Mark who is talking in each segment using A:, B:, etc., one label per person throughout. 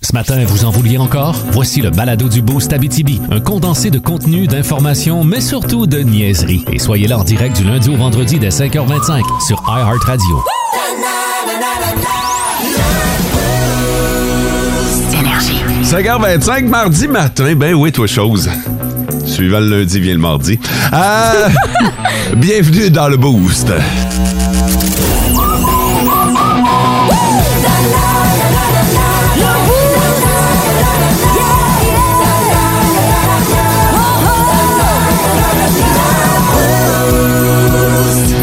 A: Ce matin, vous en vouliez encore? Voici le balado du beau Stabitibi, un condensé de contenu, d'informations, mais surtout de niaiseries. Et soyez là en direct du lundi au vendredi dès 5h25 sur iHeartRadio.
B: Énergie.
C: 5h25, mardi matin. Ben oui, toi, chose. Suivant le lundi, vient le mardi. Euh, bienvenue dans le Boost.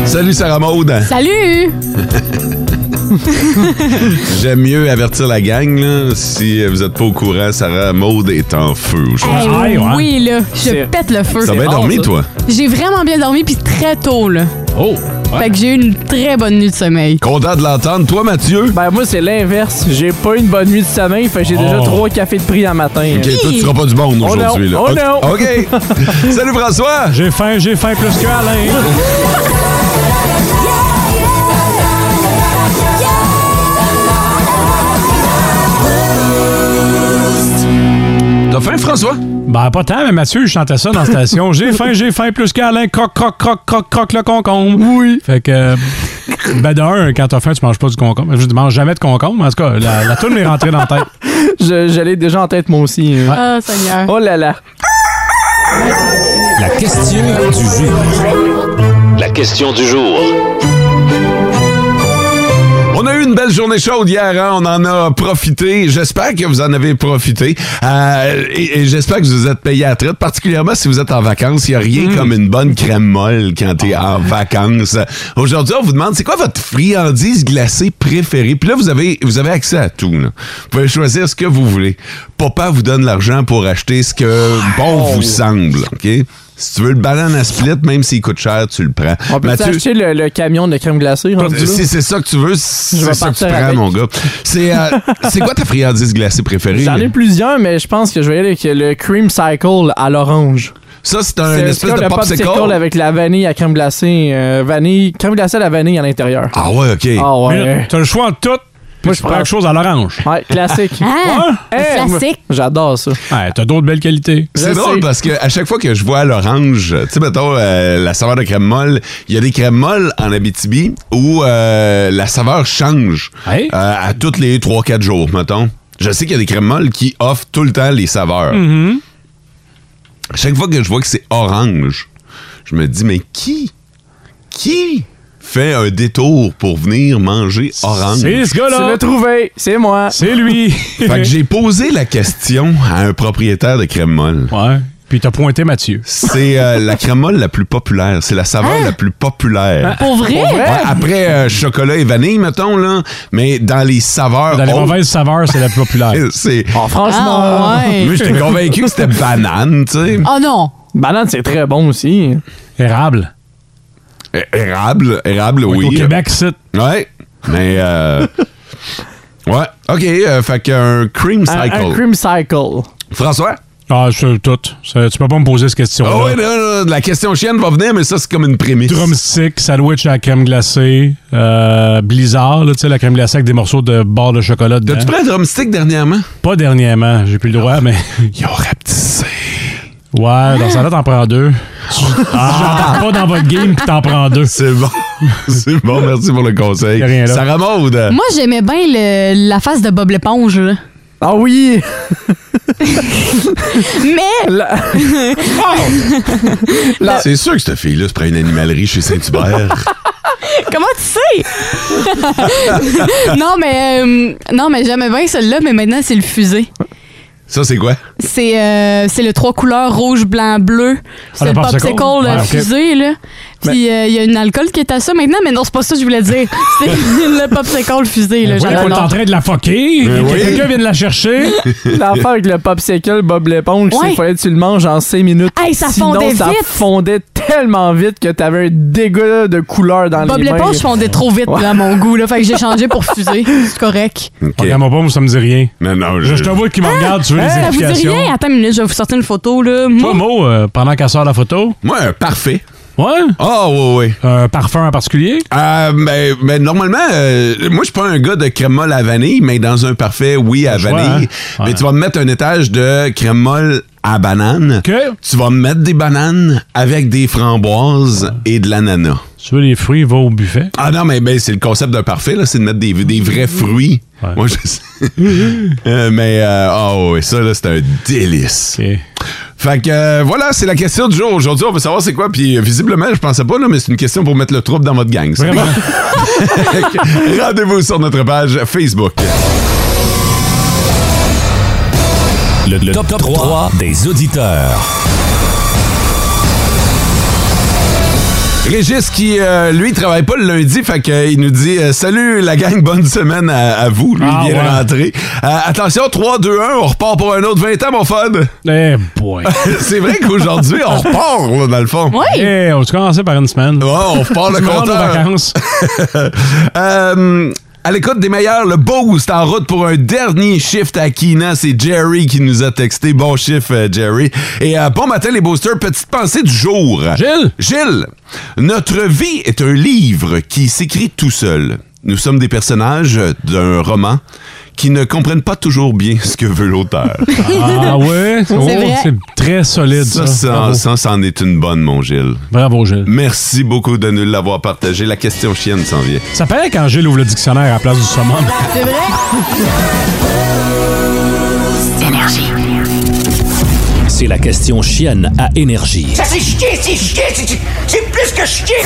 C: Salut, Sarah Maude.
D: Salut!
C: J'aime mieux avertir la gang, là. Si vous n'êtes pas au courant, Sarah Maude est en feu aujourd'hui.
D: Hey,
E: ouais, ouais.
D: Oui, là, je
E: Ah, C'est-
D: pète le feu. Oh,
C: T'as bien
E: rare,
C: dormi,
E: ça.
C: toi?
D: J'ai vraiment bien dormi, puis très tôt, là.
E: Oh!
D: Fait que j'ai eu une très bonne nuit de sommeil.
C: Content de l'entendre. Toi, Mathieu?
E: Ben moi c'est l'inverse, j'ai pas eu une bonne nuit de sommeil, fait que j'ai déjà trois cafés de prix dans le matin.
C: Oh. Ok, toi, tu seras pas du monde
E: Oh non,
C: aujourd'hui. là.
E: oh
C: Ok.
E: non.
C: OK. Salut, François.
F: J'ai faim, j'ai faim plus que Alain.
C: T'as faim, François?
F: Ben, pas tant, mais Mathieu, je chantais ça dans la station. J'ai faim, j'ai faim plus qu'Alain. Croc, croc, croc, croc, croc, le concombre. Oui. Fait que. Ben, d'un, quand t'as faim, tu manges pas du concombre. Je ne mange jamais de concombre. mais En tout cas, la, la toune m'est rentrée dans la tête.
E: Je, je l'ai déjà en tête moi aussi. hein.
D: Ah, Seigneur.
E: Oh là là.
A: La question du jour.
G: La question du jour.
C: On a eu une belle journée chaude hier, hein? on en a profité. J'espère que vous en avez profité. Euh, et et j'espère que vous vous êtes payé à la traite, particulièrement si vous êtes en vacances. Il n'y a rien
E: Mm.
C: comme une bonne crème molle quand t'es en vacances. Aujourd'hui, on vous demande, c'est quoi votre friandise glacée préférée? Puis là, vous avez, vous avez accès à tout. là. Vous pouvez choisir ce que vous voulez. Papa vous donne l'argent pour acheter ce que bon vous semble. OK? Si tu veux le banane à split, même s'il coûte cher, tu le prends.
E: On peut
C: Mathieu-
E: acheter le, le camion de crème glacée rendu là?
C: si c'est ça que tu veux, c'est
E: vais
C: ça que tu
E: partir
C: prends,
E: avec.
C: mon gars. C'est euh, c'est quoi ta friandise glacée préférée?
E: J'en ai plusieurs, mais je pense que je vais aller avec le Cream Cycle à l'orange.
C: Ça, c'est un
E: C'est
C: espèce
E: comme
C: de
E: le
C: popsicle.
E: avec la vanille à crème glacée. euh, vanille, crème glacée à la vanille à l'intérieur.
C: Ah ouais, OK.
E: Ah
F: Mais là,
E: ouais.
F: T'as le choix entre tout. Puis
E: Moi,
F: tu
E: je
F: prends
E: prends-
F: quelque chose à l'orange.
E: Ouais, classique.
D: Ah,
E: Ouais.
D: un
E: Eh,
D: classique.
E: moi, J'adore ça.
F: Ouais, t'as d'autres belles qualités.
C: C'est
E: je
C: drôle
E: sais.
C: parce que à chaque fois que je vois l'orange, tu sais, mettons, euh, la saveur de crème molle, il y a des crèmes molles en Abitibi où euh, la saveur change
F: Hey.
C: euh, à toutes les 3-4 jours, mettons. Je sais qu'il y a des crèmes molles qui offrent tout le temps les saveurs.
F: Mm-hmm.
C: À Chaque fois que je vois que c'est orange, je me dis, mais qui, qui fait un détour pour venir manger orange?
F: C'est ce
E: Tu
F: gars-là.
E: l'as trouvé, c'est moi.
F: C'est lui.
C: Fait que j'ai posé la question à un propriétaire de crème molle.
F: Ouais. Puis t'as pointé Mathieu.
C: C'est euh, la crème molle la plus populaire. C'est la
F: Hein?
C: saveur la plus populaire.
F: Ah,
D: Pour vrai?
C: Ouais, après euh, chocolat et vanille, mettons, là, mais dans les saveurs.
F: Dans les
C: autres,
F: mauvaises saveurs, c'est la plus populaire.
C: c'est-
E: Oh, franchement,
D: Ah, ouais.
C: Moi, j'étais convaincu que c'était banane, tu sais.
D: Oh non!
E: banane, c'est très bon aussi.
C: É-
F: Érable.
C: Euh, Érable, érable, oui.
F: Au Québec, c'est.
C: Ouais, mais. euh, ouais, OK, euh, fait qu'un cream
E: Un,
C: cycle.
E: un cream cycle.
C: François?
F: Ah, c'est tout. C'est- Tu peux pas me poser cette question-là.
C: Ah ouais, là, là, la question chienne va venir, mais ça, c'est comme une prémisse.
F: Drumstick, sandwich à la crème glacée, euh, blizzard, là, tu sais, la crème glacée avec des morceaux de barre de chocolat dedans.
C: T'as-tu pris un drumstick dernièrement?
F: Pas dernièrement, j'ai plus le droit, mais.
C: Ils ont rapetissé.
F: Ouais, dans ça là, t'en prends deux. Tu- J'en parle pas dans votre game, puis t'en prends deux.
C: C'est bon. c'est bon, merci pour le conseil.
F: Y a rien là.
C: Sarah Maude.
D: Moi, j'aimais bien le- la face de Bob l'éponge, là.
E: Ah oui!
D: Mais,
E: La- la-
C: C'est sûr que cette fille-là se prend une animalerie chez Saint-Hubert.
D: comment tu sais? non, mais, euh, non, mais j'aimais bien celle-là, mais maintenant, c'est le fusée.
C: ça, c'est quoi?
D: C'est euh, c'est le trois couleurs rouge, blanc, bleu. C'est
F: le
D: le popsicle,
F: popsicle?
D: le
F: Ouais, ok.
D: fusée, là. Puis euh, il y a une alcool qui est à ça maintenant, mais non, c'est pas ça que je voulais dire. C'est le popsicle, le fusée, là.
F: Ouais,
D: j'avais
F: on est
D: l'ordre.
F: en train de la foquer.
C: Ben oui.
F: Quelqu'un vient de la chercher.
E: L'affaire avec le popsicle Bob l'éponge, c'est
D: Ouais.
E: qu'il fallait que tu le manges en 5 minutes.
D: Hey, ça
E: Sinon,
D: fondait
E: ça
D: vite.
E: fondait tellement vite que t'avais un dégât de couleur dans
D: Bob
E: les mains.
D: l'éponge fondait trop vite, là, à mon goût, là. Fait que j'ai changé pour fusée. C'est correct.
F: Regarde-moi pas, moi, ça me dit rien.
C: Non, non,
F: Je, je te vois qui me regarde, tu veux les
D: Ça Euh, Ah, vous dit
F: explications.
D: rien? Attends une minute, je vais vous sortir une photo, là. Moi,
F: Toi, Mo, euh, pendant qu'elle sort la photo,
C: Moi, un parfait.
F: Ouais?
C: Ah, oui, oui.
F: Un parfum en particulier?
C: Euh, mais, mais normalement, euh, moi, je suis pas un gars de crème molle à vanille, mais dans un parfait, oui, à
F: choix,
C: vanille.
F: hein?
C: Mais
F: Ouais.
C: tu vas me mettre un étage de crème molle à banane.
F: OK.
C: Tu vas me mettre des bananes avec des framboises et de l'ananas.
F: Tu veux les fruits, va au buffet.
C: Ah non, mais, mais c'est le concept d'un parfait, là, c'est de mettre des, des vrais fruits.
F: Ouais.
C: Moi, je sais. Euh, mais, euh, oh, oui, ça, là, c'est un délice.
F: OK.
C: Fait que euh, voilà, c'est la question du jour. Aujourd'hui, on veut savoir c'est quoi. Puis euh, visiblement, je pensais pas, là, mais c'est une question pour mettre le trouble dans votre gang. ça.
F: Vraiment?
C: Rendez-vous sur notre page Facebook.
A: Le, le top, 3 des auditeurs.
C: Régis qui, euh, lui, travaille pas le lundi, fait qu'il nous dit euh, Salut la gang, bonne semaine à, à vous. Lui,
F: Ah,
C: il vient de
F: ouais.
C: rentrer. Euh, attention, 3, 2, 1, on repart pour un autre 20 ans, mon fun.
F: Eh boy.
C: c'est vrai qu'aujourd'hui, on repart, là, dans le fond.
F: Eh,
D: Oui!
F: on se commençait par une semaine.
C: Ouais, on repart le
F: Tu me rends aux
C: compteur.
F: vacances.
C: Euh, à l'écoute des meilleurs, le boost en route pour un dernier shift à Kina. C'est Jerry qui nous a texté. Bon shift, euh, Jerry. Et euh, bon matin, les boosters. Petite pensée du jour.
F: Gilles?
C: Gilles, notre vie est un livre qui s'écrit tout seul. Nous sommes des personnages d'un roman qui ne comprennent pas toujours bien ce que veut l'auteur.
F: Ah ouais? Oh,
D: vrai.
F: c'est très solide, ça. Ah
C: ça, ça,
F: Bravo.
C: ça, c'en est une bonne, mon Gilles.
F: Bravo, Gilles.
C: Merci beaucoup de nous l'avoir partagé. La question chienne s'en vient.
F: Ça paraît quand Gilles ouvre le dictionnaire à la place du summum.
D: C'est vrai?
A: C'est la question chienne à énergie.
B: Ça c'est chier, c'est chier, c'est chier, c'est plus que chier.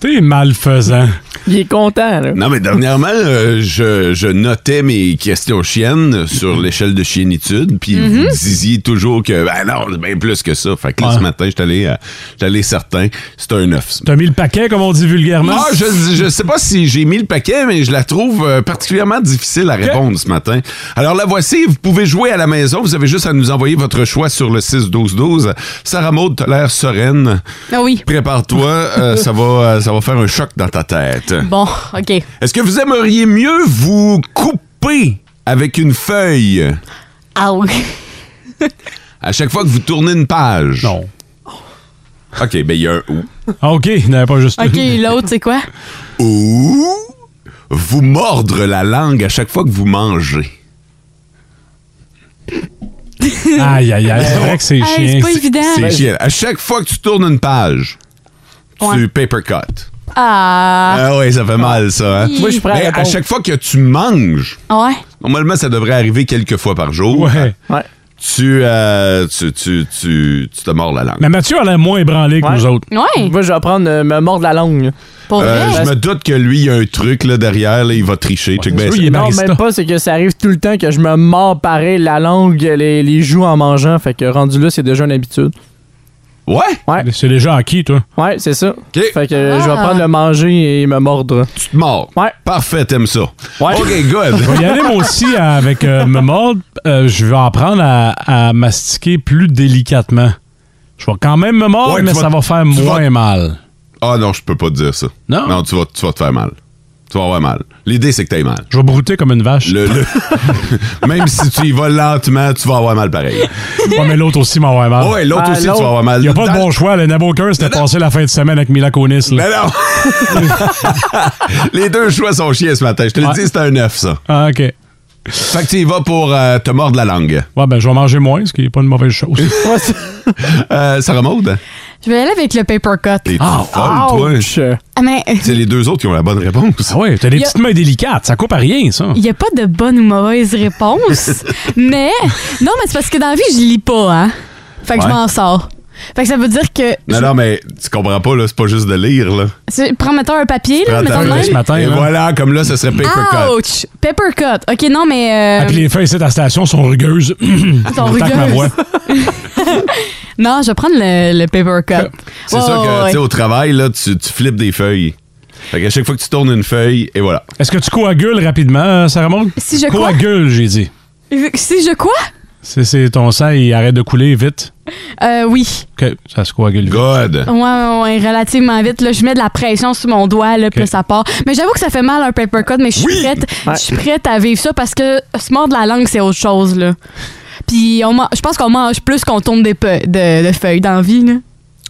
F: T'es malfaisant.
E: Il est content, là.
C: Non, mais dernièrement, euh, je, je notais mes questions chiennes sur l'échelle de chienitude, puis vous disiez toujours que, ben non, c'est bien plus que ça. Fait que là,
F: Ouais.
C: ce matin, je suis allé, euh, j'étais allé certain, c'est un 9.
F: T'as mis le paquet, comme on dit vulgairement.
C: Ah, je, je sais pas si j'ai mis le paquet, mais je la trouve euh, particulièrement difficile à répondre ce matin. Alors la voici, vous pouvez jouer à la maison, vous avez juste à nous envoyer votre choix sur le 6-12-12. Sarah Maud, t'as l'air sereine.
D: Ah oui.
C: Prépare-toi, euh, ça, va, euh, ça va faire un choc dans ta tête.
D: Bon, OK.
C: Est-ce que vous aimeriez mieux vous couper avec une feuille
D: Ah oui.
C: à chaque fois que vous tournez une page?
F: Non.
C: OK, ben il y a un ou.
F: Ah, OK, il n'y en avait pas juste
D: OK,
F: une.
D: l'autre, c'est quoi?
C: Ou vous mordre la langue à chaque fois que vous mangez.
F: Aïe, aïe, aïe. C'est vrai que c'est
D: Hey, c'est
F: chien.
D: pas évident.
C: C'est chiant. À chaque fois que tu tournes une page,
D: Ouais.
C: tu paper cut.
D: Ah.
C: Ah oui, ça fait mal, ça. hein?
E: Moi, je suis prêt à
C: Mais à
E: répondre.
C: chaque fois que tu manges,
D: Ouais.
C: normalement, ça devrait arriver quelques fois par jour.
F: Ouais.
E: Ouais.
C: Tu, euh, tu, tu, tu, tu te mords la langue.
F: Mais Mathieu a l'air moins ébranlé que
E: Ouais.
F: nous autres.
D: Ouais.
E: Moi, je vais prendre euh, me mordre la langue. là.
D: Pour
C: Euh,
D: vrai.
C: je me doute que lui, il y a un truc là, derrière, là, il va tricher. Check bien
F: Oui,
C: ça.
F: il est
E: Non,
F: barista.
E: même pas, c'est que ça arrive tout le temps que je me mords pareil la langue, les, les joues en mangeant. Fait que rendu là, c'est déjà une habitude.
C: Ouais,
F: C'est déjà acquis, toi.
E: Ouais, c'est ça.
C: OK.
E: Fait que euh, je vais
D: Ah.
E: prendre le manger et me mordre.
C: tu te mords.
E: Ouais.
C: Parfait, t'aimes ça.
E: Ouais.
C: OK, good.
F: Je vais y aller, moi aussi, à- avec euh, me mordre. Euh, je vais apprendre à, à mastiquer plus délicatement. Je vais quand même me mordre,
C: Ouais, tu
F: mais
C: vas-
F: ça va faire
C: tu
F: moins
C: vas-
F: mal.
C: Ah non, je peux pas te dire ça.
F: Non?
C: Non, tu vas, tu vas te faire mal. Tu vas avoir mal. L'idée, c'est que t'aies mal.
F: Je vais brouter comme une vache.
C: Le- le- Même si tu y vas lentement, tu vas avoir mal pareil.
F: Ouais, mais l'autre aussi m'a avoir mal.
C: Ouais, l'autre
E: Ah,
C: aussi, tu vas
E: l'autre.
C: avoir mal.
F: Il n'y a pas de
C: Dans-
F: bon choix. Le Naboker, c'était passé la fin de semaine avec Mila Kunis. là.
C: Mais non! Les deux choix sont chiés ce matin. Je te le
F: Ouais.
C: dis, c'est un œuf, ça.
F: Ah, OK.
C: Fait que tu y vas pour euh, te mordre la langue.
F: Ouais, ben, je vais manger moins, ce qui n'est pas une mauvaise chose.
E: Ouais, c'est-
C: Euh, ça remonte?
D: Je vais aller avec le paper cut.
C: T'es folle, toi.
E: Ouch.
D: Ah, mais
C: C'est les deux autres qui ont la bonne réponse.
F: Ah ouais, t'as des
D: Y a-
F: petites mains délicates. Ça coupe à rien, ça.
D: il n'y a pas de bonne ou mauvaise réponse. mais, non, mais c'est parce que dans la vie, je lis pas, hein. Fait que
C: Ouais.
D: je m'en sors. Fait que ça veut dire que.
C: Non, non, mais tu comprends pas, là, c'est pas juste de lire, là.
D: C'est- Prends, mettons un papier, là, Ah, oh,
C: Prends ta
D: mettons
C: feuille.
F: Ce
D: même.
F: matin,
C: Et
F: là.
C: voilà, comme là, ça serait paper cut.
D: Ouch! Paper cut. OK, non, mais.
F: Ah,
D: euh, Ah,
F: puis les feuilles ici à la station sont rugueuses.
D: sont
F: Autant que ma
D: rugueuses.
F: voix.
D: Non, je vais prendre le, le paper cut.
C: C'est
D: Ouais,
C: ça
D: ouais,
C: que, tu
D: ouais.
C: sais, au travail, là, tu, tu flippes des feuilles. Fait qu'à chaque fois que tu tournes une feuille, et voilà.
F: Est-ce que tu coagules rapidement, euh, Sarah Maud?
D: Si je quoi?
F: Coagule, j'ai dit.
D: Si je quoi?
F: C'est- C'est ton sang, il arrête de couler vite.
D: Euh, oui.
F: OK, ça se coagule vite.
C: God!
D: Ouais, ouais, ouais, relativement vite. Là, je mets de la pression sur mon doigt, là, puis là,
F: Ok.
D: ça part. Mais j'avoue que ça fait mal un paper cut, mais je suis prête. Je suis prête à vivre ça parce que se mordre la langue, c'est autre chose, là. Puis on man- je pense qu'on mange plus qu'on tourne des pe- de, de feuilles dans la vie. Là.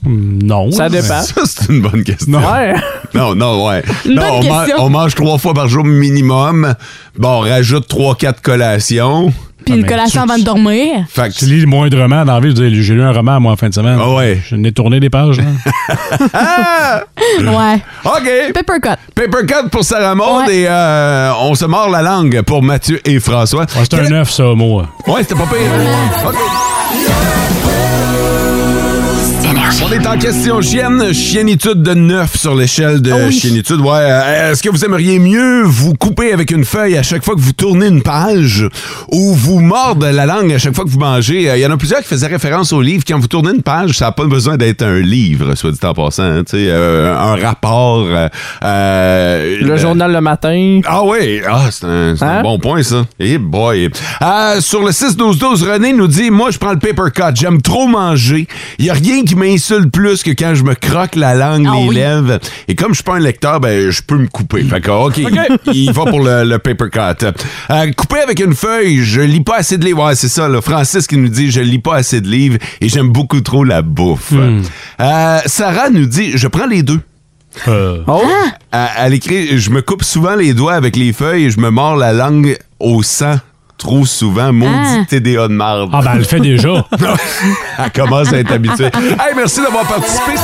F: Mm, Non.
E: Ça dépend.
F: Ah.
C: Ça, c'est une bonne question.
E: Ouais.
C: Non, non, ouais.
D: Une
C: non,
D: bonne
C: on, man-
D: question.
C: on mange trois fois par jour minimum. Bon, on rajoute trois, quatre collations.
D: Puis
F: Ah,
D: une
F: mais
D: collation
F: tu-
D: avant de dormir.
C: Fait que
F: Tu lis le moindrement dans la vie. je veux dire, J'ai lu un roman, moi, en fin de semaine.
C: Ah ouais.
F: Je n'ai tourné des pages. là.
D: ouais.
C: OK.
D: Peppercut.
C: Paper cut pour Sarah Maud
D: Ouais.
C: et euh, on se mord la langue pour Mathieu et François.
F: Ouais, Ah, c'est un œuf, ça, moi.
C: Ouais, c'était pas pire. OK. On est en question chienne, chienitude de 9 sur l'échelle de
D: Ah oui.
C: chienitude. Ouais, euh, est-ce que vous aimeriez mieux vous couper avec une feuille à chaque fois que vous tournez une page ou vous mordre la langue à chaque fois que vous mangez? Euh, Il y en a plusieurs qui faisaient référence au livre. Quand vous tournez une page, ça n'a pas besoin d'être un livre, soit dit en passant. hein, tu sais, euh, un rapport. euh, euh,
E: Le
C: euh,
E: journal le matin.
C: ah oui, ah, c'est un, c'est un
E: Hein?
C: bon point, ça. Eh boy. Euh, sur le 6-12-12, René nous dit Moi, je prends le paper cut. J'aime trop manger. Il n'y a rien qui m'insulte plus que quand je me croque la langue,
D: Ah
C: les
D: oui.
C: lèvres. Et comme je suis pas un lecteur, ben, je peux me couper. Fait que, OK, il va pour le, le paper cut. Euh, couper avec une feuille, je lis pas assez de livres. Ouais, c'est ça, là. Francis qui nous dit Je lis pas assez de livres et j'aime beaucoup trop la bouffe. Euh, Sarah nous dit Je prends les deux. Ah.
F: Euh,
E: Oh!
C: À- elle écrit Je me coupe souvent les doigts avec les feuilles et je me mords la langue au sang trop souvent. Maudit
D: Ah.
C: TDA de marde.
F: Ah, ben, elle le fait déjà.
C: elle commence à être habituée. Hey, merci d'avoir participé.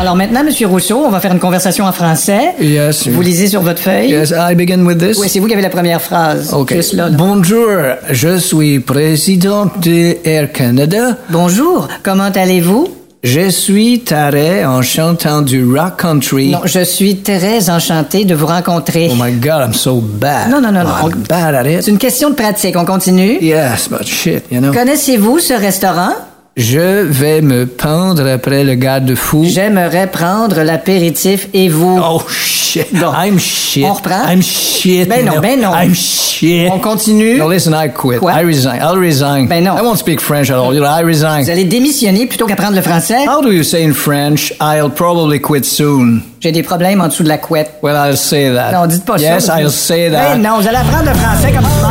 H: Alors maintenant, Monsieur Rousseau, on va faire une conversation en français.
I: Yes.
H: Vous lisez sur votre feuille.
I: Yes, I begin with this.
H: Oui, c'est vous qui avez la première phrase.
I: Ok.
H: C'est cela, là.
I: Bonjour, je suis président de Air Canada.
H: Bonjour, comment allez-vous?
I: Je suis taré en chantant du rock country.
H: Non, je suis très enchanté de vous rencontrer.
I: Oh my god, I'm so bad. Oh,
H: Non, non, non, non.
I: I'm bad at it.
H: c'est une question de pratique, on continue.
I: Yes, but shit, you know.
H: Connaissez-vous ce restaurant?
I: Je vais me pendre après le garde-fou.
H: J'aimerais prendre l'apéritif et vous.
I: Oh shit. I'm shit.
H: On reprend?
I: I'm shit.
H: Ben non,
I: you know.
H: ben non.
I: I'm shit.
H: On continue.
I: No, listen, I quit.
H: Quoi?
I: I resign. I'll resign.
H: Ben non.
I: I won't speak French at all. You know, I resign.
H: Vous allez démissionner plutôt qu'apprendre le français?
I: How do you say in French, I'll probably quit soon?
H: J'ai des problèmes en dessous de la couette.
I: Well, I'll say that.
H: Non, dites pas ça.
I: Yes, I'll say that.
H: Eh, Ben non, vous allez apprendre le français comme ça.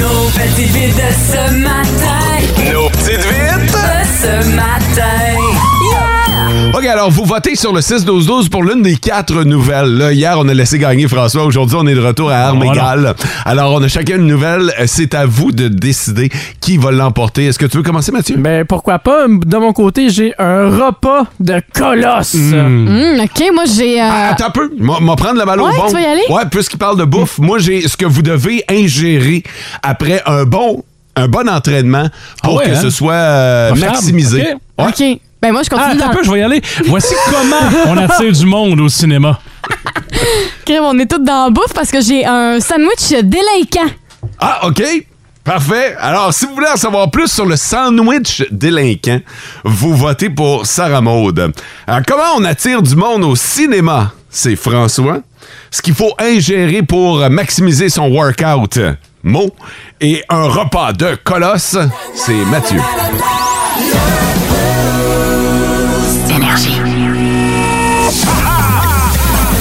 J: Nos petites vites de ce matin.
C: Nos petites vites.
J: De ce matin. Yeah!
C: OK, alors vous votez sur le 6-12-12 pour l'une des quatre nouvelles. Là, hier, on a laissé gagner François. Aujourd'hui, on est de retour à armes
F: Voilà.
C: égales. Alors, on a chacun une nouvelle. C'est à vous de décider qui va l'emporter. Est-ce que tu veux commencer, Mathieu?
E: Ben pourquoi pas? De mon côté, j'ai un repas de colosse.
C: Hmm.
D: Hum, OK, moi, j'ai... euh,
C: Ah, Attends un peu. M'a m'a prendre la balle au
D: Ouais,
C: bon.
D: tu vas y aller?
C: Ouais, puisqu'il parle de bouffe, moi, j'ai ce que vous devez ingérer après un bon, un bon entraînement pour
F: Ah ouais,
C: que
F: hein?
C: ce soit euh,
F: Pas fiable.
C: maximisé.
F: Ok.
C: Ouais.
D: OK. Ben moi, je
F: Ah,
D: continue
F: attends
D: dans...
F: un peu, je vais y aller. Voici comment on attire du monde au cinéma.
D: Crème, On est toutes dans la bouffe parce que j'ai un sandwich délinquant.
C: Ah, OK. Parfait. Alors, si vous voulez en savoir plus sur le sandwich délinquant, vous votez pour Sarah Maude. Alors, comment on attire du monde au cinéma? C'est François. Ce qu'il faut ingérer pour maximiser son workout, Mo. Et un repas de colosse, c'est Mathieu.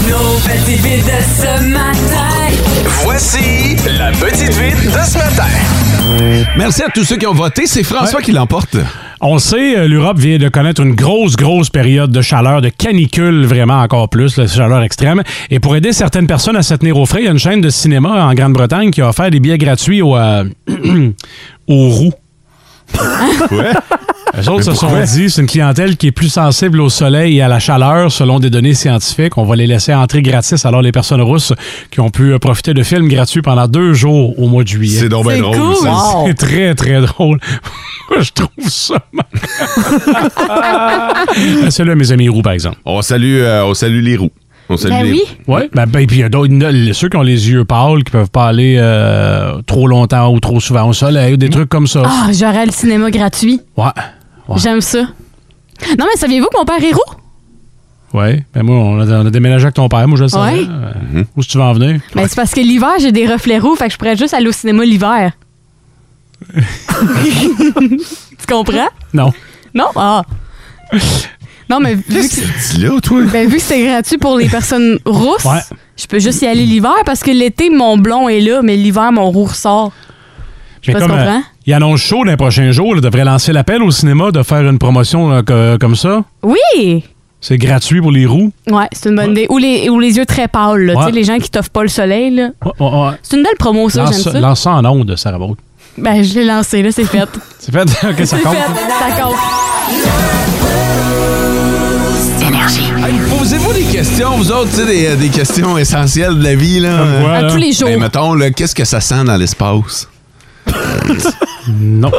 J: Nos petites vites de ce matin.
G: Voici la petite vite de ce matin.
C: Merci à tous ceux qui ont voté. C'est François qui l'emporte.
F: On le sait, euh, l'Europe vient de connaître une grosse, grosse période de chaleur, de canicule, vraiment encore plus, la chaleur extrême. Et pour aider certaines personnes à se tenir au frais, il y a une chaîne de cinéma en Grande-Bretagne qui a offert des billets gratuits aux, euh, aux roues.
C: Ouais.
F: Les autres se sont
C: pourquoi?
F: dit, c'est une clientèle qui est plus sensible au soleil et à la chaleur, selon des données scientifiques. On va les laisser entrer gratis. Alors, les personnes russes qui ont pu euh, profiter de films gratuits pendant deux jours au mois de juillet.
C: C'est donc bien
D: C'est
C: drôle.
D: cool.
C: ça.
F: C'est
D: Oh.
F: très, très drôle. Moi, Je trouve ça. C'est là mes amis roux, par exemple.
C: On salue, euh, on salue les roues. On salue
D: Ben
C: les
D: oui.
C: roues.
F: Oui. Ben, ben, puis il y a d'autres- il y en a les- ceux qui ont les yeux pâles, qui peuvent pas aller euh, trop longtemps ou trop souvent au soleil, des trucs comme ça.
D: Ah, j'aurais le cinéma gratuit.
F: Ouais. Ouais.
D: J'aime ça. Non, mais saviez-vous que mon père est roux?
F: Ouais. Ben, moi, on a, on a déménagé avec ton père, moi, je le sais.
D: Ouais.
F: Où est-ce que tu vas en venir?
D: Ben, c'est parce que l'hiver, j'ai des reflets roux, fait que je pourrais juste aller au cinéma l'hiver. Tu comprends?
F: Non.
D: Non? Ah! Non, mais vu que,
C: Là, toi.
D: ben, vu que c'est gratuit pour les personnes rousses,
F: Ouais.
D: je peux juste y aller l'hiver parce que l'été, mon blond est là, mais l'hiver, mon roux ressort.
F: Mais
D: pas si
F: comme
D: tu
F: euh,
D: comprends.
F: il annonce chaud dans les prochains jours, il devrait lancer l'appel au cinéma de faire une promotion euh, co- comme ça.
D: Oui!
F: C'est gratuit pour les roues.
D: Ouais, c'est une bonne idée. Ou les, ou les yeux très pâles, là. Tu
F: Ouais.
D: sais, les gens qui t'offrent pas le soleil, là.
F: Ouais, ouais, ouais.
D: C'est une belle promo, ça, j'aime
F: Lance,
D: ça.
F: lance ça en onde, Sarah Baud.
D: Ben, je l'ai lancé, là, c'est fait.
F: C'est fait, ok, ça
D: c'est
F: compte.
D: fait, ça compte.
C: Hey, Posez-vous des questions, vous autres, tu sais, des, des questions essentielles de la vie, là.
F: Comme quoi,
D: À
F: là?
D: tous les jours.
C: Ben, mettons, là, qu'est-ce que ça sent dans l'espace?
F: Non.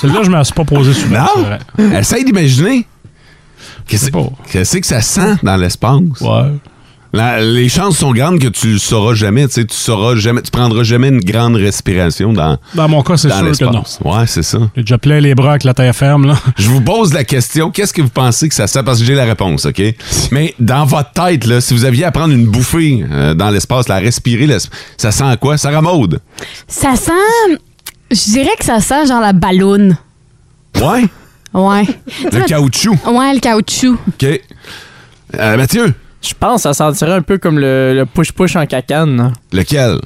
F: Celle-là, je me la suis pas posée souvent. c'est
C: Non!
F: vrai.
C: Essaye d'imaginer. Qu'est-ce
F: sais pas.
C: qu'est-ce que ça sent dans l'espace?
F: Ouais.
C: La- les chances sont grandes que tu le sauras jamais, tu sais, tu sauras jamais, tu prendras jamais une grande respiration dans,
F: Dans mon cas, c'est
C: dans
F: sûr que non.
C: l'espace. Ouais, c'est ça.
F: J'ai déjà plein les bras avec la terre ferme, là.
C: Je vous pose la question, qu'est-ce que vous pensez que ça sent? Parce que j'ai la réponse, OK? Mais dans votre tête, là, si vous aviez à prendre une bouffée euh, dans l'espace, la respirer, l'esp- ça sent à quoi? Sarah Maude?
D: Ça sent. Je dirais que ça sent genre la balloune.
C: Ouais?
D: Ouais.
C: Le caoutchouc,
D: Ouais, le caoutchouc.
C: OK? Euh, Mathieu,
E: Je pense que ça sentirait un peu comme le le push-push en cacane.
C: lequel?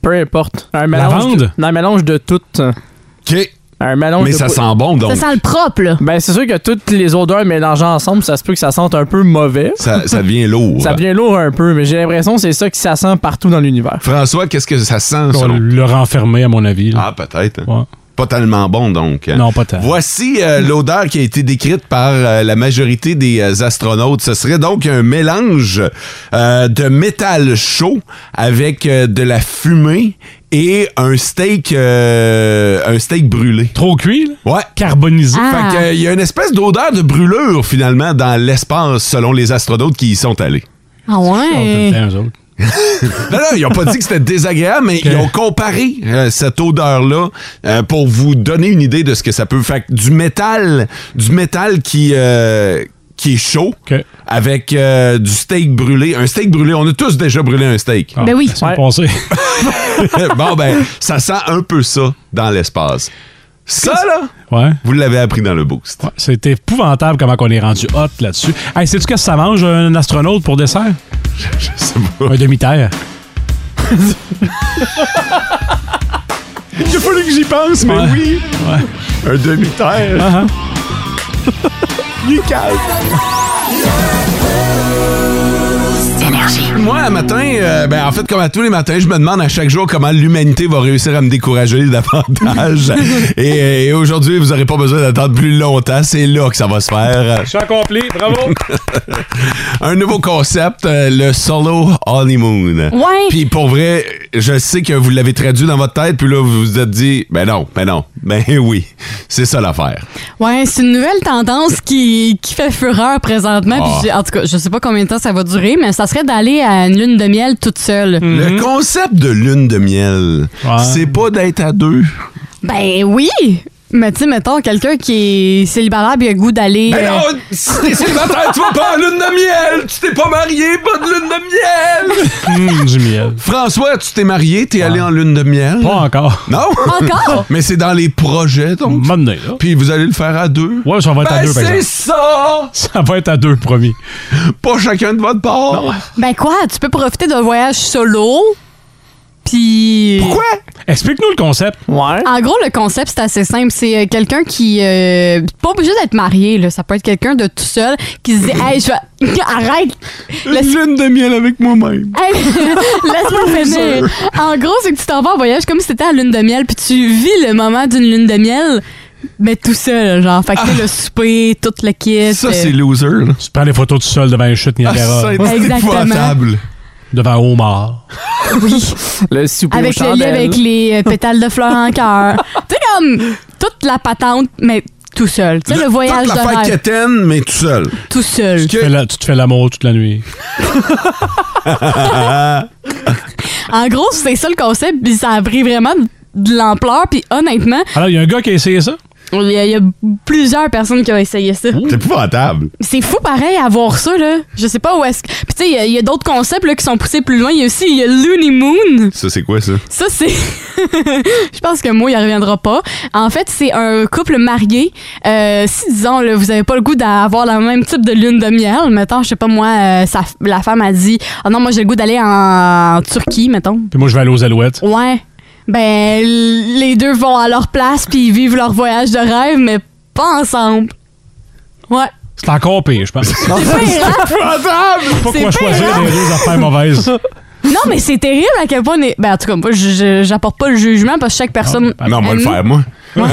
E: Peu importe. Un
F: Lavande?
E: mélange, de, un mélange de tout.
C: OK?
E: Un mélange
C: Mais
E: de
C: ça
E: pou-
C: sent bon, donc.
D: Ça sent le propre, là.
E: Ben, c'est sûr que toutes les odeurs mélangées ensemble, ça se peut que ça sente un peu mauvais.
C: Ça, ça devient lourd.
E: Ça devient lourd un peu, mais j'ai l'impression que c'est ça qui ça sent partout dans l'univers.
C: François, qu'est-ce que ça sent
F: On
C: selon
F: le renfermé, à mon avis. là.
C: Ah, peut-être. hein.
F: Ouais.
C: Pas tellement bon, donc.
F: Non, pas tant.
C: Voici euh, l'odeur qui a été décrite par euh, la majorité des euh, astronautes. Ce serait donc un mélange euh, de métal chaud avec euh, de la fumée et un steak, euh, un steak brûlé.
F: Trop cuit, là?
C: Ouais.
F: Carbonisé.
D: Ah.
C: Fait que, euh, il y a une espèce d'odeur de brûlure, finalement, dans l'espace, selon les astronautes qui y sont allés.
D: Ah ouais.
F: Temps, eux autres.
C: Non, non, ils n'ont pas dit que c'était désagréable, mais ils ont comparé euh, cette odeur-là euh, pour vous donner une idée de ce que ça peut faire. Du métal, du métal qui, euh, qui est chaud,
F: OK.
C: avec euh, du steak brûlé. Un steak brûlé, on a tous déjà brûlé un steak.
F: Ah,
D: Ben oui.
F: laisse-moi
E: Ouais.
F: penser.
C: bon, ben, ça sent un peu ça dans l'espace. Ça, là,
F: Ouais.
C: vous l'avez appris dans le boost.
F: Ouais, C'est épouvantable comment on est rendu hot là-dessus. Hey, sais-tu qu'est-ce que ça mange un astronaute pour dessert?
C: Je sais pas.
F: Un demi-terre.
C: Il a fallu que j'y pense, mais
F: Ouais.
C: oui. Un demi-terre.
F: Ah, ah.
C: Il est calme. Moi, un matin, euh, ben, en fait, comme à tous les matins, je me demande à chaque jour comment l'humanité va réussir à me décourager davantage. et et aujourd'hui, vous n'aurez pas besoin d'attendre plus longtemps. C'est là que ça va se faire.
F: Je suis accompli, bravo!
C: Un nouveau concept, euh, le solo honeymoon.
D: Ouais.
C: Puis pour vrai, je sais que vous l'avez traduit dans votre tête, puis là, vous vous êtes dit, ben non, ben non, ben oui, c'est ça l'affaire.
D: Ouais, c'est une nouvelle tendance qui, qui fait fureur présentement. Puis
C: Ah.
D: j'ai- en tout cas, je sais pas combien de temps ça va durer, mais ça serait d'aller à une lune de miel toute seule.
C: Le concept de lune de miel,
F: Mhm. Ouais.
C: c'est pas d'être à deux.
D: Ben oui! Mais tu sais, mettons, quelqu'un qui est célibataire et a le goût d'aller.
C: Ben
D: euh,
C: non, si t'es célibataire, tu vas pas en lune de miel! Tu t'es pas marié, pas de lune de miel!
F: Hum, du miel.
C: François, tu t'es marié, t'es allé en lune de miel?
F: Ah. Pas encore.
C: Non?
D: Encore?
C: Mais c'est dans les projets, donc.
F: M'en donné, là.
C: Puis vous allez le faire à deux?
F: Ouais, ça va être à
C: Ben
F: deux, par
C: c'est
F: exemple.
C: ça!
F: Ça va être à deux, promis.
C: Pas chacun de votre part!
D: Ben quoi? Tu peux profiter d'un voyage solo. Puis.
C: Pourquoi?
F: Explique-nous le concept.
E: Ouais.
D: En gros, le concept, c'est assez simple. C'est euh, quelqu'un qui. euh, pas obligé d'être marié, là. Ça peut être quelqu'un de tout seul qui se dit Hey, je vais. Arrête! Laisse-
C: lune de miel avec moi-même.
D: Hey, Laisse-moi finir. En gros, c'est que tu t'en vas en voyage comme si t'étais à lune de miel, puis tu vis le moment d'une lune de miel, mais tout seul, genre. Fait que t'sais, le souper, tout le kit.
C: Ça,
D: euh,
C: c'est loser, là.
F: Tu prends des photos tout seul devant une chute Niagara,
C: Ah, c'est
D: Exactement.
C: épouvantable.
F: devant Omar.
D: oui.
E: Le souper aux
D: Avec le lit,
E: chandelles.
D: avec les euh, pétales de fleurs en cœur. Tu sais, comme toute la patente, mais tout seul. Tu sais, le, voyage
C: Toute
D: de
C: l'affaire
D: rêve,
C: quétaine, mais tout seul.
D: tout seul.
F: Tu te fais la- tu te fais l'amour toute la nuit.
D: En gros, c'est ça le concept, puis ça a pris vraiment de l'ampleur, puis honnêtement,
F: Alors, il y a un gars qui a essayé ça.
D: Il y, a, il y a plusieurs personnes qui ont essayé ça.
C: C'est épouvantable.
D: C'est fou pareil à voir ça, là. Je sais pas où est-ce que. Puis tu sais, il y a- il y a, d'autres concepts là, qui sont poussés plus loin. Il y a aussi il y a Looney Moon.
C: Ça, c'est quoi ça?
D: Ça, c'est. Je pense que moi, il reviendra pas. En fait, c'est un couple marié. Euh, si, disons, là, vous avez pas le goût d'avoir le même type de lune de miel, mettons, je sais pas, moi, euh, sa- la femme a dit Ah non, moi, j'ai le goût d'aller en, en Turquie, mettons.
F: Puis moi, je vais aller aux Alouettes.
D: Ouais. Ben, l- les deux vont à leur place puis ils vivent leur voyage de rêve, mais pas ensemble. Ouais.
F: C'est encore pire, je pense. Pas
D: C'est
F: quoi
D: pire,
F: choisir
D: hein?
F: des deux affaires mauvaises.
D: Non, mais c'est terrible à quel point on est. Ben, en tout cas, moi, je- je- j'apporte pas le jugement parce que chaque personne.
F: Ah,
C: non, on va le
D: aime-
C: faire, moi.
D: Non,